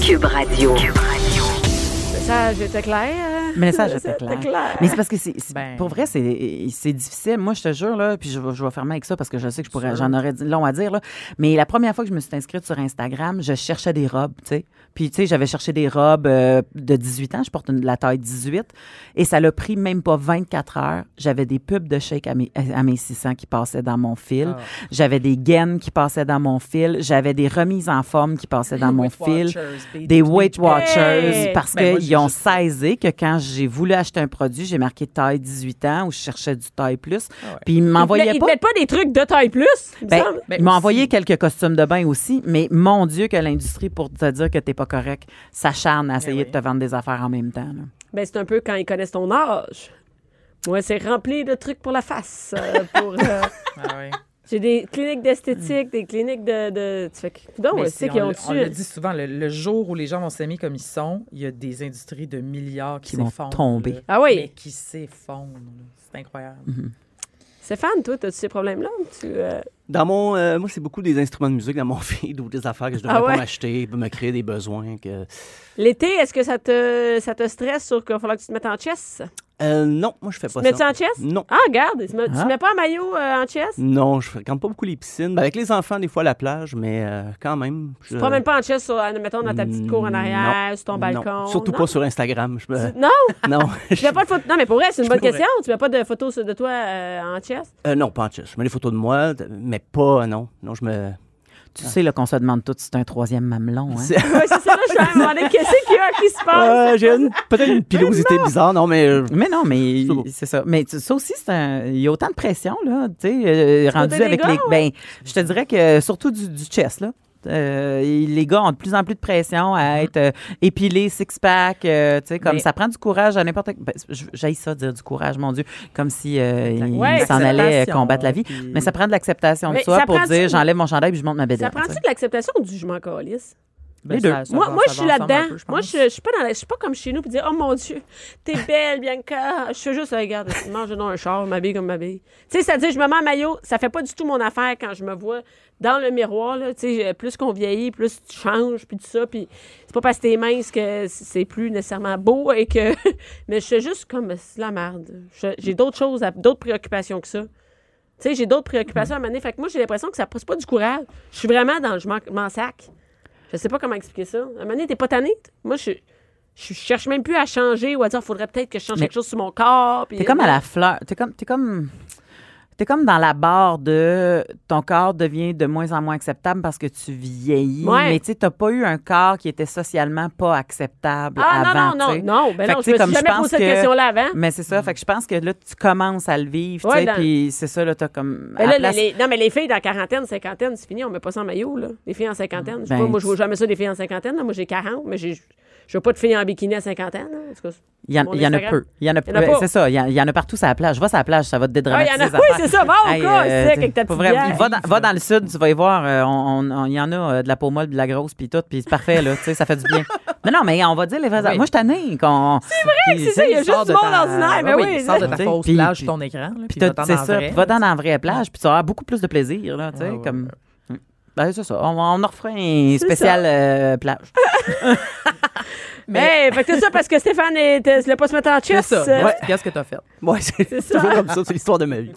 A: Cube Radio.
C: Le message était clair.
F: Le message était
C: C'était
F: clair.
C: clair.
F: Mais c'est parce que c'est, c'est-
E: Ben.
F: pour vrai, c'est, c'est difficile. Moi, je te jure, là, puis je, vais- je vais fermer avec ça parce que je sais que je pourrais, j'en aurais dit long à dire. Là. Mais la première fois que je me suis inscrite sur Instagram, je cherchais des robes, tu sais. Puis, tu sais, j'avais cherché des robes euh, de 18 ans. Je porte une, de la taille 18. Et ça l'a pris même pas 24 heures. J'avais des pubs de shake à mes, à mes 600 qui passaient dans mon fil. J'avais des gaines qui passaient dans mon fil. J'avais des remises en forme qui passaient dans mon
E: Weight
F: fil.
E: Watchers, B2B.
F: des Weight Watchers
C: Hey!
F: parce
E: Ben, moi,
F: qu'ils
E: j'ai
F: ont
E: juste-
F: saisi que quand j'ai voulu acheter un produit, j'ai marqué taille 18 ans ou je cherchais du taille plus.
E: Ah ouais.
F: Puis ils
C: Ils te
F: m'envoyaient
C: mettent- Ils te
F: pas.
C: mettent pas des trucs de taille plus. il me
F: Ben,
C: semble.
E: Mais
F: ils m'ont
E: aussi-
F: envoyé quelques costumes de bain aussi, mais mon Dieu, que l'industrie, pour te dire que t'es pas correct, s'acharne à
E: Eh
F: essayer
E: oui.
F: de te vendre des affaires en même temps. là.
C: Ben, c'est un peu quand ils connaissent ton âge. Moi, c'est rempli de trucs pour la face. euh, pour, euh,
E: Ah ouais.
C: j'ai des cliniques d'esthétique, des cliniques de. de... Tu fais que. Non,
E: Mais
C: tu
E: c'est-
C: sais qu'ils
E: on
C: ont
E: le- on
C: dessus.
E: le dit souvent, le, le jour où les gens vont s'aimer comme ils sont, il y a des industries de milliards qui,
F: Qui vont
E: s'effondrent,
F: tomber.
E: là.
C: Ah oui.
E: Mais qui s'effondrent. là. C'est incroyable.
C: Stéphane, toi, as-tu ces problèmes-là? ou Tu, euh,
D: Dans mon, euh, moi, c'est beaucoup des instruments de musique dans mon feed ou des affaires que je devrais
C: Ah ouais?
D: pas m'acheter, me créer des besoins. Que...
C: L'été, est-ce que ça te, ça te stresse sur qu'il va falloir que tu te mettes en chess?
D: Euh, non, moi, je fais
C: Tu te
D: pas
C: mets-tu
D: ça.
C: en chess?
D: Non.
C: Ah, regarde, tu, ne
F: Ah.
C: mets pas un maillot euh, en chess?
D: Non, je fréquente pas beaucoup les piscines. Ben, avec les enfants, des fois, à la plage, mais euh, quand même. Je
C: Tu te promènes pas en chess, sur, euh, mettons, dans ta petite cour en arrière,
D: Non,
C: sur ton
D: non.
C: balcon?
D: Surtout
C: non?
D: pas sur Instagram. Je me-
C: Non,
D: non.
C: tu mets pas de photo. Non, mais pour vrai, c'est une
D: Je
C: bonne
D: pourrais.
C: question. Tu mets pas de photos sur- de toi euh, en chess?
D: Euh, non, pas en chess. Je mets des photos de moi, t- mais pas, euh, non. Non, je me.
E: Ah.
F: Tu sais là, qu'on se demande tout si c'est un troisième mamelon. Hein?
D: C'est-
C: Oui, c'est ça, là, je me demandais qu'est-ce qu'il y a qui se passe?
D: Euh, J'ai une- peut-être une pilosité bizarre, non, mais. euh,
F: Mais non, mais
D: C'est beau.
F: c'est ça. Mais tu- ça aussi, c'est un- il y a autant de pression, là, tu sais, euh, rendu
C: côté des
F: avec
C: gars,
F: les...
C: ouais.
F: Ben, je te dirais que, surtout du, du chess, là, euh, les gars ont de plus en plus de pression
C: Mm-hmm.
F: à être euh, épilés, six-pack, euh, tu sais, comme
E: Mais-
F: ça prend du courage à n'importe... Ben, je- J'haïs ça, dire du courage, mon Dieu, comme si euh, ils
C: Ouais,
F: s'en allaient
E: l'acceptation,
F: combattre la vie.
E: puis-
F: Mais ça prend de l'acceptation de
C: Mais
F: soi
C: ça
F: pour
C: prend-tu-
F: dire, j'enlève mon chandail puis je monte ma bédaine.
C: Ça prend-tu
F: tu sais.
C: de l'acceptation ou du jugement calice?
E: Ben,
F: Les deux.
E: ça- ça
C: Moi,
E: va-
C: moi
E: ça
C: je
E: va
C: suis
E: ensemble un
C: là-dedans.
E: peu, je
C: moi,
E: pense.
C: je, je suis pas dans la- je suis pas comme chez nous pour dire Oh mon Dieu, t'es belle, Bianca. Je suis juste, regarde, mange dans un char, m'habille comme m'habille. Tu sais, ça dit, je me mets en maillot. Ça fait pas du tout mon affaire quand je me vois dans le miroir. Là, Tu sais, plus qu'on vieillit, plus tu changes, puis tout ça. Puis c'est pas parce que t'es mince que c'est plus nécessairement beau et que. Mais je suis juste comme c'est de la merde. Je- J'ai d'autres choses, à- d'autres préoccupations que ça. Tu sais, j'ai d'autres préoccupations à
E: Mm.
C: mener. Fait que moi, j'ai l'impression que ça pousse pas du courage. Je suis vraiment dans le je m'en- m'en sac. Je sais pas comment expliquer ça. À un moment donné, t'es pas tanné. t- Moi, je, je cherche même plus à changer ou à dire faudrait peut-être que je change
F: Mais
C: quelque chose sur mon corps. puis-
F: T'es comme à la fleur. T'es comme, t'es comme, t'es comme dans la barre de ton corps devient de moins en moins acceptable parce que tu vieillis.
C: Ouais.
F: Mais tu sais, t'as pas eu un corps qui était socialement pas acceptable
C: Ah
F: avant.
C: non, non,
F: tu sais.
C: non, non. Ben
F: Fait
C: non,
F: que,
C: je me
F: tu sais,
C: suis
F: comme je
C: jamais
F: pense
C: posé cette
F: que-
C: question-là avant.
F: Mais c'est ça. Fait que je pense que là, tu commences à le vivre. tu
C: Ouais,
F: sais,
C: dans-
F: Puis c'est ça, là, t'as comme.
C: Mais
F: à
C: Ben là,
F: place-
C: les, les- non, mais les filles dans la quarantaine, cinquantaine, c'est fini, on met pas ça en maillot, là. Les filles en cinquantaine. je sais
F: Ben,
C: pas, moi, je vois
F: tu-
C: jamais ça, des filles en cinquantaine. là. Moi, j'ai 40, mais j'ai. Je Je veux pas de filles en bikini à cinquantaine. hein, en tout cas.
F: Il y en,
C: Mon
F: il y en a
C: Instagram.
F: peu. Il y en a
C: Il y en a
F: peu.
C: pas.
F: C'est ça. Il y, en, il y en a partout sur la plage. Va sur la plage, ça va
C: Ah,
F: te
C: il y
F: dédramatiser.
C: en a.
F: les
C: Oui,
F: affaires.
C: c'est ça. Va au
F: Hey,
C: cas,
F: euh,
C: Oh, sec, avec ta
F: pour
C: petite
F: vrai,
C: bière.
F: va, dans, va dans le sud, tu vas y voir. euh, on- on- on- Il y en a euh, de la peau molle, de la grosse, puis tout, puis c'est parfait, là. Tu sais, ça fait du bien. Non, non, mais on va dire les vraies affaires. Moi, je t'annais qu'on. C'est vrai,
C: c'est ça, il y a juste du monde ordinaire, mais oui,
E: Ah sors de ta
F: c'est-
E: fausse
F: Puis-
E: plage
F: puis-
E: ton écran. là, Puis
F: Puis
E: va-t'en
F: t'as- c'est
E: en
F: ça.
E: vrai.
F: Puis va dans la vraie plage, puis tu auras beaucoup plus de plaisir, là. Tu sais,
E: Ouais, ouais,
F: comme. Ben, c'est ça. On, on en refera un spécial euh, plage.
C: Mais, fait que c'est ça parce que Stéphane ne voulait pas se mettre en
E: C'est
C: chess.
E: ça.
C: euh,
E: Qu'est-ce- Qu'est-ce que t'as fait?
D: Ouais, c'est
C: ça.
D: toujours comme ça, c'est l'histoire de ma vie.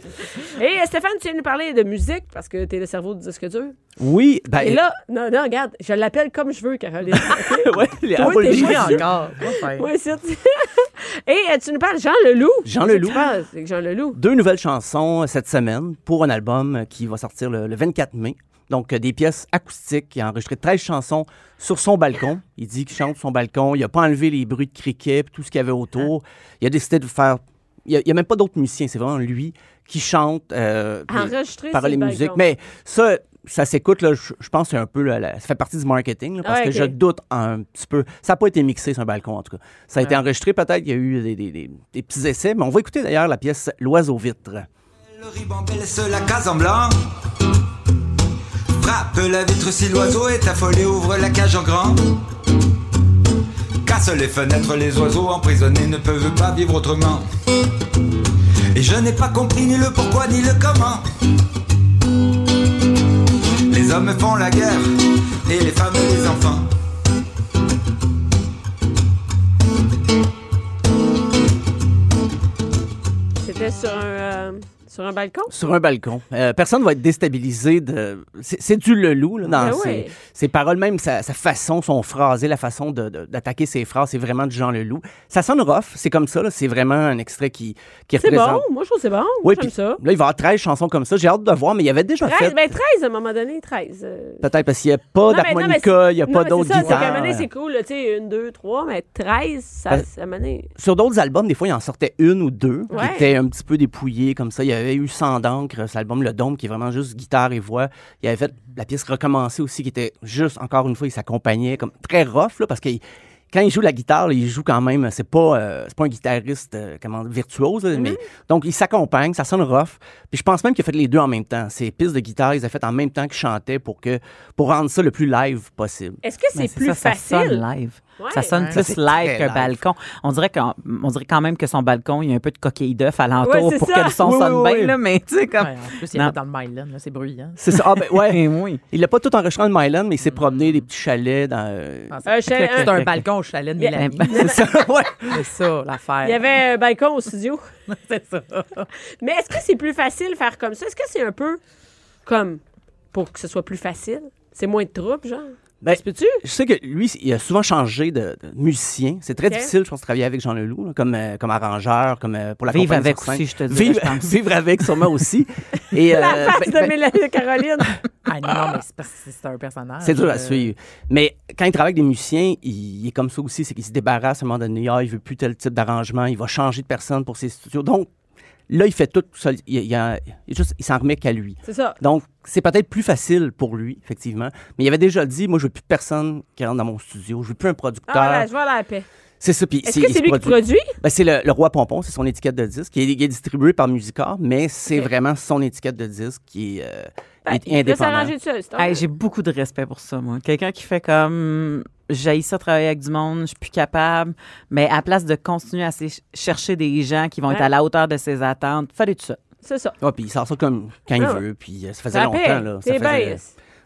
C: Et euh, Stéphane, tu viens de nous parler de musique parce que t'es le cerveau du disque dur.
D: Oui, ben.
C: Et là, non, non, regarde, je l'appelle comme je veux, Caroline.
D: ouais, les
C: Toi,
D: abonnés,
C: t'es
D: les
C: moi,
D: yeux.
E: encore.
C: Oui, c'est Et euh, tu nous parles Jean Leloup.
D: Jean
C: Qu'est-ce que
D: Leloup.
C: tu penses de Jean Leloup.
D: Deux nouvelles chansons euh, cette semaine pour un album euh, qui va sortir le, le 24 mai. Donc, euh, des pièces acoustiques. Il a enregistré 13 chansons sur son balcon. Il dit qu'il chante sur son balcon. Il n'a pas enlevé les bruits de criquets puis tout ce qu'il y avait autour. Il a décidé de faire. Il n'y a, il y a même pas d'autres musiciens. C'est vraiment lui qui chante. euh, puis-
C: Enregistré
D: paroles et
C: sur le
D: musique.
C: balcon.
D: Mais ça, ça s'écoute, là, je, je pense que c'est un peu, là, la- ça fait partie du marketing, là, parce
C: Ah,
D: que
C: ok.
D: je doute un petit peu. Ça n'a pas été mixé sur un balcon, en tout cas. Ça a
C: Ah.
D: été enregistré, peut-être qu'il y a eu des, des- des- des petits essais, mais on va écouter d'ailleurs la pièce L'oiseau vitre.
H: Le ribambelle se la case en blanc. Frappe la vitre si l'oiseau est affolé, ouvre la cage en grand. Casse les fenêtres, les oiseaux emprisonnés ne peuvent pas vivre autrement. Et je n'ai pas compris ni le pourquoi ni le comment. Les hommes font la guerre, et les femmes et les enfants.
C: C'était sur un, euh, sur un balcon.
D: Sur un balcon. Euh, personne va être déstabilisé. De... C'est c'est du Leloup, là, dans
C: Ben
D: ses,
C: oui.
D: ses paroles, même sa, sa façon, son phrasé, la façon de- de- d'attaquer ses phrases, c'est vraiment du Jean Leloup. Ça sonne rough, c'est comme ça, là, c'est vraiment un extrait qui, qui
C: C'est
D: représente...
C: bon. Moi, je trouve que c'est bon.
D: Oui,
C: J'aime
D: puis
C: ça.
D: Là, il va y avoir 13 chansons comme ça. J'ai hâte de voir, mais il y avait déjà
C: 13,
D: fait...
C: ben 13 à un moment donné, 13. euh.
D: Peut-être parce qu'il n'y a pas
C: Non, mais- non, mais
D: d'harmonica, il n'y a
C: non,
D: pas
C: mais
D: d'autres
C: C'est ça, c'est qu'à un moment
D: guitares.
C: donné, c'est cool, là, tu sais, une, deux, trois, mais 13, ça,
D: Ben-
C: ça m'a donné.
D: Sur d'autres albums, des fois, il en sortait une ou deux
C: Ouais.
D: qui étaient un petit peu dépouillées comme ça. Il y avait eu Sans d'encre, euh, cet album Le Dôme, qui est vraiment juste guitare et voix. Il avait fait la pièce Recommencer aussi, qui était juste, encore une fois, il s'accompagnait comme très rough, là, parce que quand il joue la guitare, là, il joue quand même, c'est pas, euh, c'est pas un guitariste euh, comment, virtuose, là, mais
C: Mm-hmm.
D: donc il s'accompagne, ça sonne rough. Puis je pense même qu'il a fait les deux en même temps. Ces pistes de guitare, il les a faites en même temps qu'il chantait pour, que, pour rendre ça le plus live possible.
C: Est-ce que
F: Mais
C: c'est plus
F: ça,
C: facile?
F: Ça sonne live.
C: Ouais.
F: Ça sonne
C: Ouais.
F: plus
D: Ça, c'est
F: live
D: très
F: qu'un
D: live.
F: balcon. On dirait, qu'en- on dirait quand même que son balcon, il y a un peu de coquille d'œuf alentour
C: Ouais, c'est
F: pour
C: ça.
F: que le son
D: Oui,
F: sonne
D: oui,
F: bien,
D: oui.
F: là, mais tu sais, comme.
E: Ouais, en plus, il est
F: Non.
E: pas dans le Myland, là, c'est bruyant.
D: C'est ça. Ah, ben ouais.
F: Eh oui.
D: Il l'a pas tout enregistré en Myland, mais il
F: Mm.
D: s'est promené des petits chalets dans. euh,
E: Ah,
C: Un chalet-
E: C'est
C: un-
E: un balcon au chalet de
C: Il y a-
E: Mélanie.
F: Ben,
D: c'est ça, ouais.
E: C'est ça, l'affaire.
C: Il y avait un balcon au studio.
E: C'est ça.
C: Mais est-ce que c'est plus facile faire comme ça? Est-ce que c'est un peu comme pour que ce soit plus facile? C'est moins de troubles, genre?
D: Ben,
C: Tu peux-tu?
D: je sais que lui, il a souvent changé de, de musicien. C'est très
C: Ok.
D: difficile, je pense, de travailler avec Jean Leloup, là, comme, euh, comme arrangeur, comme euh, pour la
F: Vivre
D: compagnie
F: avec
D: sur scène.
F: aussi, je te dirais,
D: Vivre,
F: je pense.
D: vivre avec, sûrement aussi. Et, euh,
C: La face
D: ben,
C: de
D: ben,
C: Mélanie Caroline.
E: Ah non, mais c'est parce que c'est un personnage.
D: c'est
F: Ah,
D: dur
E: euh,
D: à suivre. Mais quand il travaille avec des musiciens, il, il est comme ça aussi, c'est qu'il se débarrasse à un moment donné. Ah, il veut plus tel type d'arrangement, il va changer de personne pour ses studios. Donc, là, il fait tout seul. Il, il a- il juste- il s'en remet qu'à lui.
C: C'est ça.
D: Donc, c'est peut-être plus facile pour lui, effectivement. Mais il avait déjà dit, moi, je veux plus personne qui rentre dans mon studio. Je veux plus un
C: Ah,
D: producteur.
C: voilà, je vois la paix.
D: C'est ça. Puis
C: Est-ce
D: c'est-
C: que
D: il
C: c'est
D: se
C: lui qui produit?
D: Ben, c'est le, le Roi Pompon, c'est son étiquette de disque. Il est, il est distribué par Musicor, mais c'est vraiment son étiquette de disque qui est, euh,
C: Ben,
D: est
C: Il peut
D: indépendant.
C: s'arranger de ça. c'est
F: Hey,
C: un-
F: J'ai beaucoup de respect pour ça, moi. Quelqu'un qui fait comme j'ai ça travailler avec du monde, je suis plus capable, mais à place de continuer à se- chercher des gens qui vont être
C: Ouais.
F: à la hauteur de ses attentes, fallait tout ça.
C: C'est ça.
D: Ouais, puis il sort ça comme quand il
C: Ah.
D: veut, puis euh, ça faisait
C: La paix.
D: longtemps. Là, Ça
C: C'est
D: faisait- euh,
C: bien.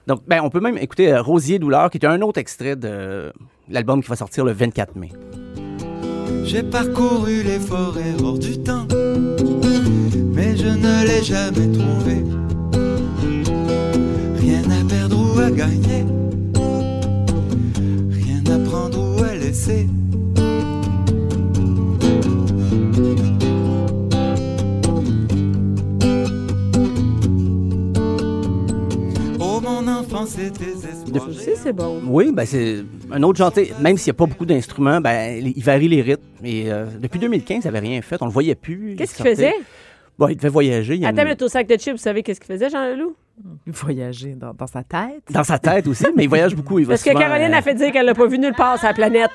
D: Donc, ben, on peut même écouter euh, Rosier Douleur, qui est un autre extrait de euh, l'album qui va sortir le 24 mai.
H: J'ai parcouru les forêts hors du temps, mais je ne l'ai jamais trouvé. Rien à perdre ou à gagner, rien à prendre ou à laisser. Oh mon enfant, c'était espoirs.
C: Tu sais, c'est bon.
D: Oui, ben c'est un autre genre, tu sais, même s'il n'y a pas beaucoup d'instruments, ben, il varie les rythmes. Et euh, depuis 2015, il n'avait rien fait, on le voyait plus.
C: Qu'est-ce
D: Il
C: qu'il
D: sortait.
C: faisait?
D: Bon, il devait voyager. il y a
C: Attends,
D: une-
C: mais au sac de chips, vous savez qu'est-ce qu'il faisait, Jean Leloup?
F: voyager dans, dans sa tête.
D: Dans sa tête aussi, mais il voyage beaucoup. Il va
C: Parce que
D: souvent,
C: Caroline
D: euh,
C: a Ben, fait dire qu'elle l'a pas vu nulle part sur la planète.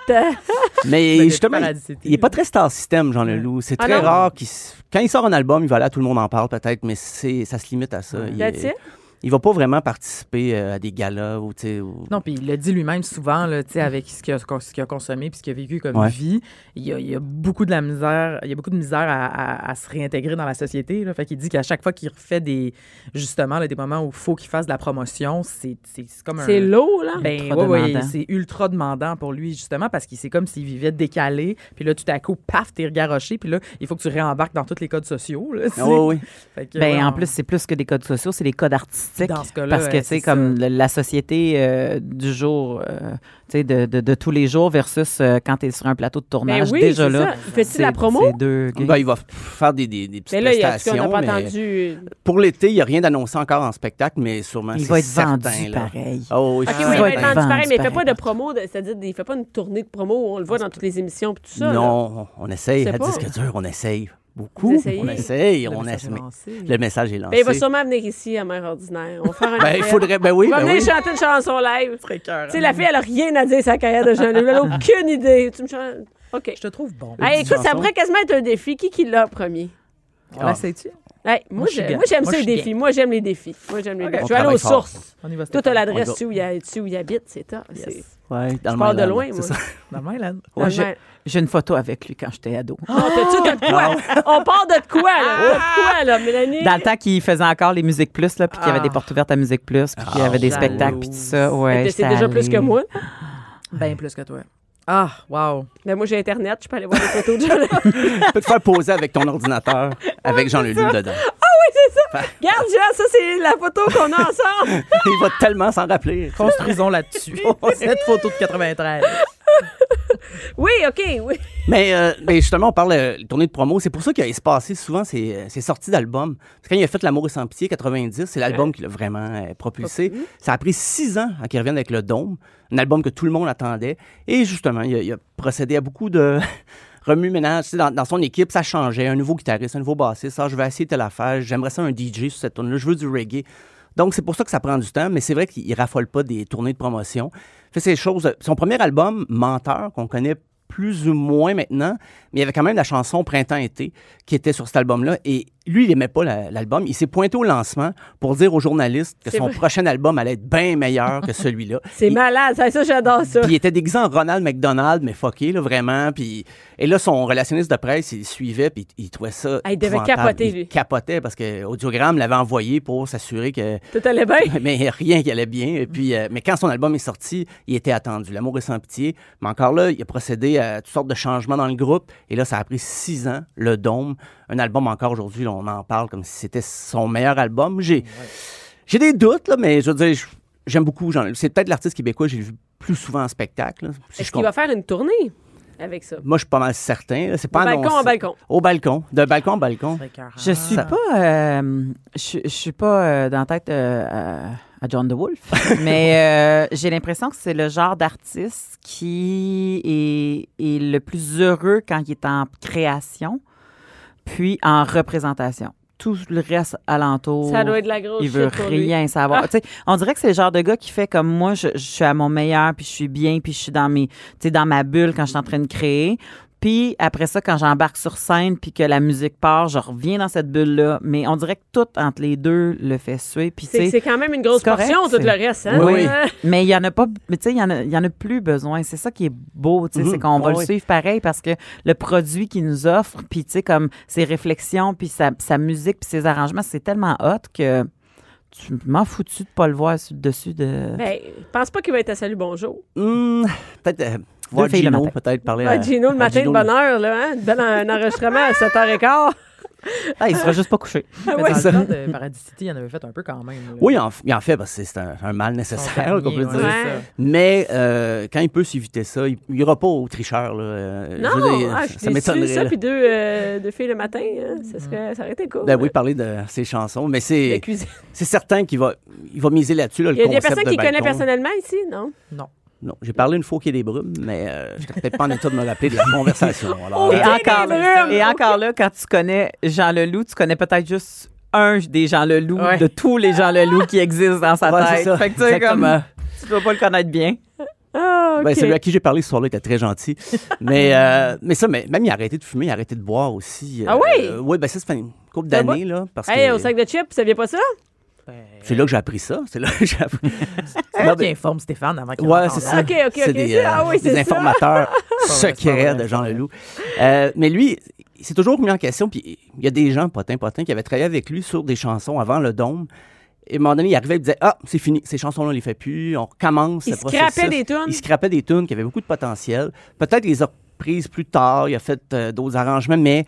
D: Mais
E: le
D: justement,
E: Paradis
D: il-
E: City,
D: il n'est pas très star system, Jean Leloup. C'est
C: Ah
D: très
C: non?
D: rare qu'il. s- Quand il sort un album, il va là, tout le monde en parle peut-être, mais c'est ça se limite à ça. Il,
C: That's it?
D: il va pas vraiment participer euh, à des galas ou, tu sais, ou-
E: Non, puis il le dit lui-même souvent, là, tu sais, avec ce qu'il a, ce qu'il a consommé puis ce qu'il a vécu comme
D: Ouais.
E: vie. Il y a, il y a beaucoup de la misère, il y a beaucoup de misère à, à- à se réintégrer dans la société. Là. Fait qu'il dit qu'à chaque fois qu'il refait des, justement, là, des moments où il faut qu'il fasse de la promotion, c'est c'est- c'est comme un.
C: C'est l'eau, là.
E: Ben,
F: Ultra
E: ouais, ouais,
F: demandant.
E: c'est ultra demandant pour lui, justement, parce que c'est comme s'il vivait décalé. Puis là, tout à coup, paf, t'es regaroché. Puis là, il faut que tu réembarques dans tous les codes sociaux. là, tu sais.
D: Ah oui, oui.
E: Fait que,
F: Ben,
E: ouais,
F: en
E: on-
F: plus, c'est plus que des codes sociaux, c'est des codes artistiques.
E: Dans ce cas-là,
F: Parce que,
E: ouais,
F: tu sais,
E: c'est
F: comme le- la société euh, du jour, euh, tu sais, de, de- de tous les jours versus euh, quand tu es sur un plateau de
C: Ben
F: tournage,
C: oui,
F: déjà
C: c'est
F: là.
C: ça. Fais-tu de la
F: c'est-
C: promo?
F: c'est deux gays.
D: Ben, il va f- faire des, des- des petites
C: Mais là, il y a, on
D: prestations.
C: n'a pas
D: mais
C: entendu.
D: Pour l'été, il n'y a rien d'annoncé encore en spectacle, mais sûrement.
F: il
D: c'est
F: va être
D: certain,
F: vendu
D: là.
F: pareil.
D: Oh, oui,
C: OK,
D: c'est
E: Ah,
C: oui, il va
D: certain.
C: être vendu pareil, mais il ne fait pas
F: pareil.
C: de promo, de- c'est-à-dire il ne fait pas une tournée de promo, on le voit dans toutes les émissions et tout ça. là.
D: Non, on on essaye.
C: Je
D: À
C: sais pas.
D: disque dur, on essaye beaucoup.
C: Vous essayez.
D: On essaye.
E: Le
D: on
E: message est
D: essaie, mais
E: lancé.
D: Le message est lancé.
C: Ben, il va sûrement venir ici à Mère Ordinaire. On va faire un
D: Ben, il
C: appel.
D: faudrait. Ben oui,
C: Il va
D: ben
C: venir
D: oui.
C: chanter une chanson live. Tu sais, la fille, elle a rien à dire sa carrière de jeune. Elle a aucune idée. Tu me chantes. OK.
E: Je te trouve bon.
C: Hey, écoute, ça
D: chanson.
C: pourrait quasiment être un défi. Qui qui l'a premier?
E: On
D: Ah.
E: l'essaie-tu?
C: Hey, moi,
E: Moi, je suis
C: j'ai-
E: game.
C: moi, j'aime
E: Moi,
C: ça,
E: je
C: les
E: suis
C: défis. Moi, j'aime les défis. Moi, j'aime les défis.
D: On
C: Je vais aller
D: travaille
C: aux
D: fort.
C: sources.
E: On y va,
C: Toi, t'as
E: Stéphane.
D: On
C: l'adresse
D: y va.
C: dessus où il y a- dessus où il habite, c'est top. C'est-
D: Ouais, dans
C: Je
D: le
C: pars de
D: Maryland,
C: loin,
D: c'est
C: moi.
D: ça.
E: Dans Myland.
D: Ouais,
C: Dans le
D: j'ai-
C: même.
F: J'ai une photo avec lui quand j'étais ado.
C: Oh, t'as-tu de
D: Ah,
C: quoi? On part de quoi, là? De quoi, là, Mélanie?
F: Dans le temps qu'il faisait encore les musiques plus, là, puis qu'il y avait
C: Ah.
F: des portes ouvertes à musique plus, puis qu'il y avait des
E: jalouse.
F: spectacles, puis tout ça. Ouais,
C: Ben, C'est
F: j'étais
C: déjà plus
F: allée.
C: que moi.
E: Ben plus que toi. Ah, wow.
C: Mais Ben, moi, j'ai Internet. Je peux aller voir des photos de gens.
D: Tu peux te faire poser avec ton ordinateur, avec Jean Leloup dedans.
C: c'est ça. Regarde, Jean, ça, c'est la photo qu'on a ensemble.
D: Il va tellement s'en rappeler.
E: Construisons là-dessus. Cette photo de 93.
C: Oui, OK, oui.
D: Mais, euh, mais justement, on parle euh, de tournée de promo. C'est pour ça qu'il a espacé souvent ses, euh, ses sorties d'albums. Parce que Quand il a fait L'amour et sans pitié, 90, c'est l'album qui l'a vraiment euh, propulsé. Ça a pris six ans à qu'il revienne avec Le Dôme, un album que tout le monde attendait. Et justement, il a, il a procédé à beaucoup de remue-ménage. Tu sais, Dans, dans son équipe, ça changeait. Un nouveau guitariste, un nouveau bassiste. Ah, je vais essayer telle affaire. J'aimerais ça un DJ sur cette tournée-là. Je veux du reggae. Donc, c'est pour ça que ça prend du temps, mais c'est vrai qu'il il raffole pas des tournées de promotion. Fait ces choses. Son premier album, Menteur, qu'on connaît plus ou moins maintenant, mais il y avait quand même la chanson Printemps-été qui était sur cet album-là. Et lui, il n'aimait pas la- l'album. Il s'est pointé au lancement pour dire aux journalistes que
C: C'est
D: son
C: vrai.
D: prochain album allait être bien meilleur que celui-là.
C: C'est
D: Il-
C: malade. Ça, ça, j'adore ça.
D: puis il était déguisé en Ronald McDonald, mais fucké, là, vraiment. Puis, et là, son relationniste de presse, il suivait, puis il trouvait ça.
C: Ah, il devait
D: épouvantable.
C: capoter, lui.
D: Il capotait parce que Audiogramme l'avait envoyé pour s'assurer que.
C: Tout allait bien.
D: mais rien qui allait bien. Et puis, euh, mais quand son album est sorti, il était attendu. L'amour est sans pitié. Mais encore là, il a procédé à toutes sortes de changements dans le groupe. Et là, ça a pris six ans, Le Dôme. Un album encore aujourd'hui, là, on en parle comme si c'était son meilleur album. J'ai. J'ai des doutes, là, mais je veux dire, je- j'aime beaucoup. Jean- C'est peut-être l'artiste québécois que j'ai vu plus souvent en spectacle. là, si
C: Est-ce
D: je
C: qu'il va
D: compte.
C: faire une tournée avec ça?
D: Moi, je suis pas mal certain. là, C'est pas
C: Au balcon
D: annoncé.
C: en balcon.
D: Au balcon. De balcon en balcon.
F: Je suis
C: Ah.
F: pas, euh, je, je suis pas euh, dans la tête euh, à- à John DeWolf, mais euh, j'ai l'impression que c'est le genre d'artiste qui est, est le plus heureux quand il est en création, puis en représentation. Tout le reste alentour.
C: Ça doit être de la grosse
F: Oh, Il veut
C: shit pour lui.
F: rien savoir.
C: Ah.
F: Tu sais, On dirait que c'est le genre de gars qui fait comme moi, je, je suis à mon meilleur, puis je suis bien, puis je suis dans mes, tu sais, dans ma bulle quand je suis en train de créer. Puis après ça, quand j'embarque sur scène, puis que la musique part, je reviens dans cette bulle-là. Mais on dirait que tout entre les deux le fait suer. Puis tu
C: C'est
F: sais,
C: c'est quand même une grosse
F: c'est correct,
C: portion, tout
F: c'est-
C: le reste. Hein?
D: Oui, oui.
C: Euh,
F: mais il y en a pas, mais tu sais, il y en a, il y en a plus besoin. C'est ça qui est beau, tu sais,
D: Mhm.
F: c'est qu'on va
D: Ah
F: le
D: oui.
F: suivre pareil parce que le produit qu'il nous offre, puis tu sais, comme ses réflexions, puis sa, sa musique, puis ses arrangements, c'est tellement hot que tu m'en foutu de pas le voir sur le dessus de.
C: Ben, je pense pas qu'il va être à Salut Bonjour.
D: Hum, peut-être euh, voir
F: filles le
D: Gino,
F: matin.
D: peut-être parler
C: Ah,
D: à
C: Gino, le
D: à
C: matin, de
D: Gino.
C: bonne heure, là, hein? Une belle- un enregistrement à 7h15.
F: Ah, il sera juste pas couché.
E: Mais
D: ouais,
E: ah, dans
D: ça.
E: le temps de Paradis City, il y en avait fait un peu quand même. là.
D: Oui, il en, il en fait parce que c'est un, un mal
E: Son
D: nécessaire, qu'on
E: dernier,
D: peut
E: ouais,
D: dire.
E: c'est ça.
D: Mais euh, quand il peut s'éviter ça, il n'ira pas au tricheur. Là. euh, je veux
C: Non,
D: dire,
C: ah, je suis
D: ça
C: déçue,
D: m'étonnerait.
C: ça,
D: là. Mm.
C: puis deux, euh, deux filles le matin, hein, ça, serait, ça aurait été cool.
D: Ben oui, parler de ses chansons, mais c'est
C: La cuisine.
D: c'est certain qu'il va, il va miser là-dessus. Là,
C: Il y a des
D: personnes
C: personnes qui connaissent personnellement ici, non?
D: Non, j'ai parlé une fois qu'il y a des brumes, mais euh, j'étais peut-être pas en état de me rappeler de la conversation. Alors,
C: Oh,
D: euh,
F: Et
C: Des
F: encore,
C: brumes.
F: et encore là, quand tu connais Jean Leloup, tu connais peut-être juste un des gens le loup,
E: Ouais.
F: de tous les gens le loup qui existent dans sa
D: Ouais, c'est
F: tête.
D: ça,
F: Fait que tu sais,
D: exactement.
F: comme, tu dois pas le connaître bien.
C: Ah,
D: Ben,
C: OK.
D: celui à qui j'ai parlé ce soir-là était très gentil. mais, euh, mais ça, mais, même il a arrêté de fumer, il a arrêté de boire aussi.
C: Ah oui?
D: oui, ben ça, ça fait une couple
C: Ça va?
D: d'années, là. Parce
C: Hey,
D: que
C: au sac de chips, vous saviez pas ça?
D: c'est là que j'ai appris ça. C'est là que j'ai appris.
E: C'est
D: Non,
E: toi qui
D: mais-
E: informe Stéphane avant qu'il
D: Ouais,
E: l'entende.
D: c'est ça.
C: Ok, ok,
D: C'est
C: ok,
D: des, euh,
C: c'est- ah oui,
D: des
C: c'est ça.
D: informateurs
E: c'est pas
D: secrets
E: vrai,
D: de Jean Leloup. Euh, mais lui, il s'est toujours mis en question. Puis il y a des gens, potin, potin, qui avaient travaillé avec lui sur des chansons avant le Dôme. Et à un moment donné, il arrivait et disait Ah, c'est fini, ces chansons-là, on les fait plus, on recommence.
C: Il
D: ce
C: scrapait
D: processus.
C: des tunes.
D: Il scrapait des tunes qui avaient beaucoup de potentiel. Peut-être qu'il les a reprises plus tard, il a fait euh, d'autres arrangements, mais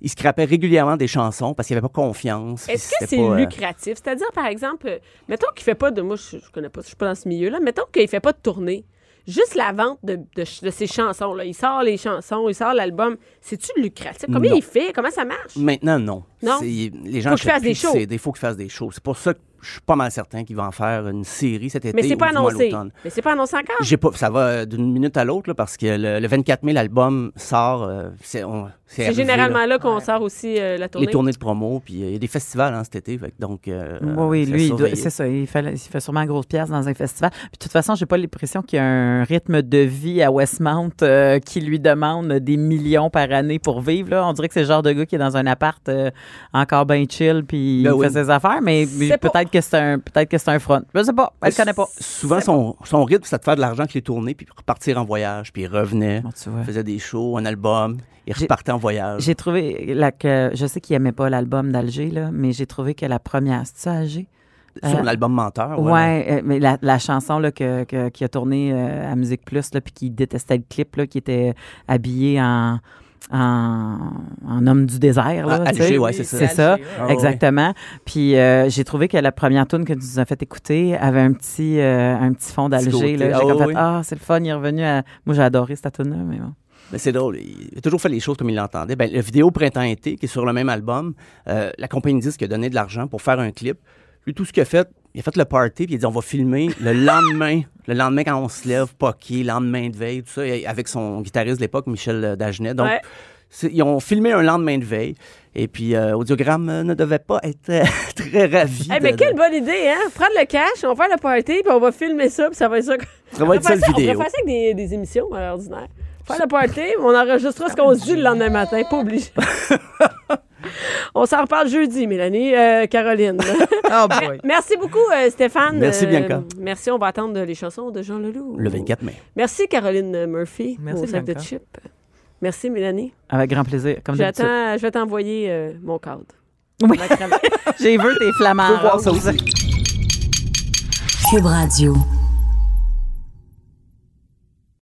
D: il scrapait régulièrement des chansons parce qu'il n'avait pas confiance. puis
C: Est-ce que c'est
D: c'était pas, euh,
C: lucratif? C'est-à-dire, par exemple, euh, mettons qu'il fait pas de. Moi, je, je connais pas, je suis pas dans ce milieu-là. Mettons qu'il fait pas de tournée. Juste la vente de, de ch- de ses chansons. Là. Il sort les chansons, il sort l'album. C'est-tu lucratif? Combien
D: Non.
C: il fait? Comment ça marche?
D: Maintenant, non.
C: Non?
D: C'est- Les gens
C: Faut que je fasse des shows.
D: Il faut qu'ils fassent des shows. C'est pour ça que je suis pas mal certain qu'ils vont en faire une série cet été.
C: Mais c'est
D: ou
C: pas
D: du moins
C: annoncé.
D: l'automne.
C: Mais c'est pas annoncé encore.
D: J'ai pas, ça va euh, d'une minute à l'autre là, parce que le, le 24 mai, l'album sort. euh, c'est on- c'est
C: C'est
D: arrivé,
C: généralement
D: là.
C: là, qu'on sort aussi euh, la tournée.
D: les tournées de promo. Puis euh, il y a des festivals hein, cet été. fait que donc, euh,
F: oui, oui,
D: c'est
F: lui, il doit-
D: surveillé.
F: c'est ça. Il fait, il fait sûrement grosse pièce dans un festival. Puis, de toute façon, j'ai pas l'impression qu'il y a un rythme de vie à Westmount euh, qui lui demande des millions par année pour vivre. Là. On dirait que c'est le genre de gars qui est dans un appart euh, encore bien chill, puis
D: Ben
F: il
D: oui.
F: fait ses affaires, mais
C: C'est
F: peut-être que c'est un, peut être que c'est un front. Je sais pas. Elle connaît pas.
D: Souvent, son, son rythme, c'est de faire de l'argent avec les tournées, puis repartir en voyage. Puis il revenait,
F: Bon, tu vois.
D: faisait des shows, un album, il
F: J'ai-
D: repartait en voyage.
F: J'ai trouvé la, que je sais qu'il aimait pas l'album d'Alger là, mais j'ai trouvé que la première, c'est ça Alger.
D: Sur
F: Euh,
D: l'album Menteur.
F: Ouais,
D: ouais.
F: euh, mais la, la chanson là, que, que- qui a tourné euh, à Musique Plus, là, puis qui détestait le clip, là, qui était habillé en, en, en homme du désert. Là,
D: Ah,
F: tu sais.
D: Alger, ouais, c'est ça.
F: C'est ça,
E: Alger,
D: Ah, ouais.
F: exactement. Puis euh, j'ai trouvé que la première tune que tu nous as fait écouter avait un petit, euh, un petit fond
D: Petit
F: d'Alger. là.
D: côté.
F: J'ai
D: Ah,
F: comme
D: oui,
F: fait,
D: oui.
F: ah, c'est le fun, il est revenu à... Moi, j'ai adoré cette tune là mais bon.
D: Mais Ben, c'est drôle, il il a toujours fait les choses comme il l'entendait. Ben, la vidéo Printemps-été, qui est sur le même album, euh, la compagnie disque a donné de l'argent pour faire un clip. Lui, tout ce qu'il a fait, il a fait le party, puis il a dit on va filmer le lendemain, le lendemain quand on se lève, poqué, lendemain de veille, tout ça, et avec son guitariste de l'époque, Michel euh, Dagenet. Donc,
C: Ouais.
D: c'est- Ils ont filmé un lendemain de veille, et puis euh, Audiogramme euh, ne devait pas être euh, très ravi.
C: Eh
D: de-
C: mais
D: de-
C: quelle bonne idée, hein? Prendre le cash, on va faire le party, puis on va filmer ça, puis ça va être ça.
D: Ça va être ça,
C: on
D: le
C: pourrait
D: vidéo.
C: faire ça avec des, des émissions à l'ordinaire. Faire le party, on enregistrera ce qu'on se dit le lendemain matin, pas obligé. on s'en reparle jeudi, Mélanie, euh, Caroline.
E: Oh boy.
C: merci beaucoup, euh, Stéphane.
D: Merci,
C: Euh,
D: Bianca.
C: Merci, on va attendre les chansons de Jean Leloup.
D: Le 24 mai.
C: Merci, Caroline Murphy,
E: Merci,
C: au sac de
E: Bianca.
C: chip. Merci, Mélanie.
F: Avec grand plaisir, comme d'habitude.
C: J'attends, je vais t'envoyer euh, mon cadre.
F: Oui.
C: Ma cravate.
F: J'ai vu tes flamants.
D: voir ça aussi.
A: Cube Radio.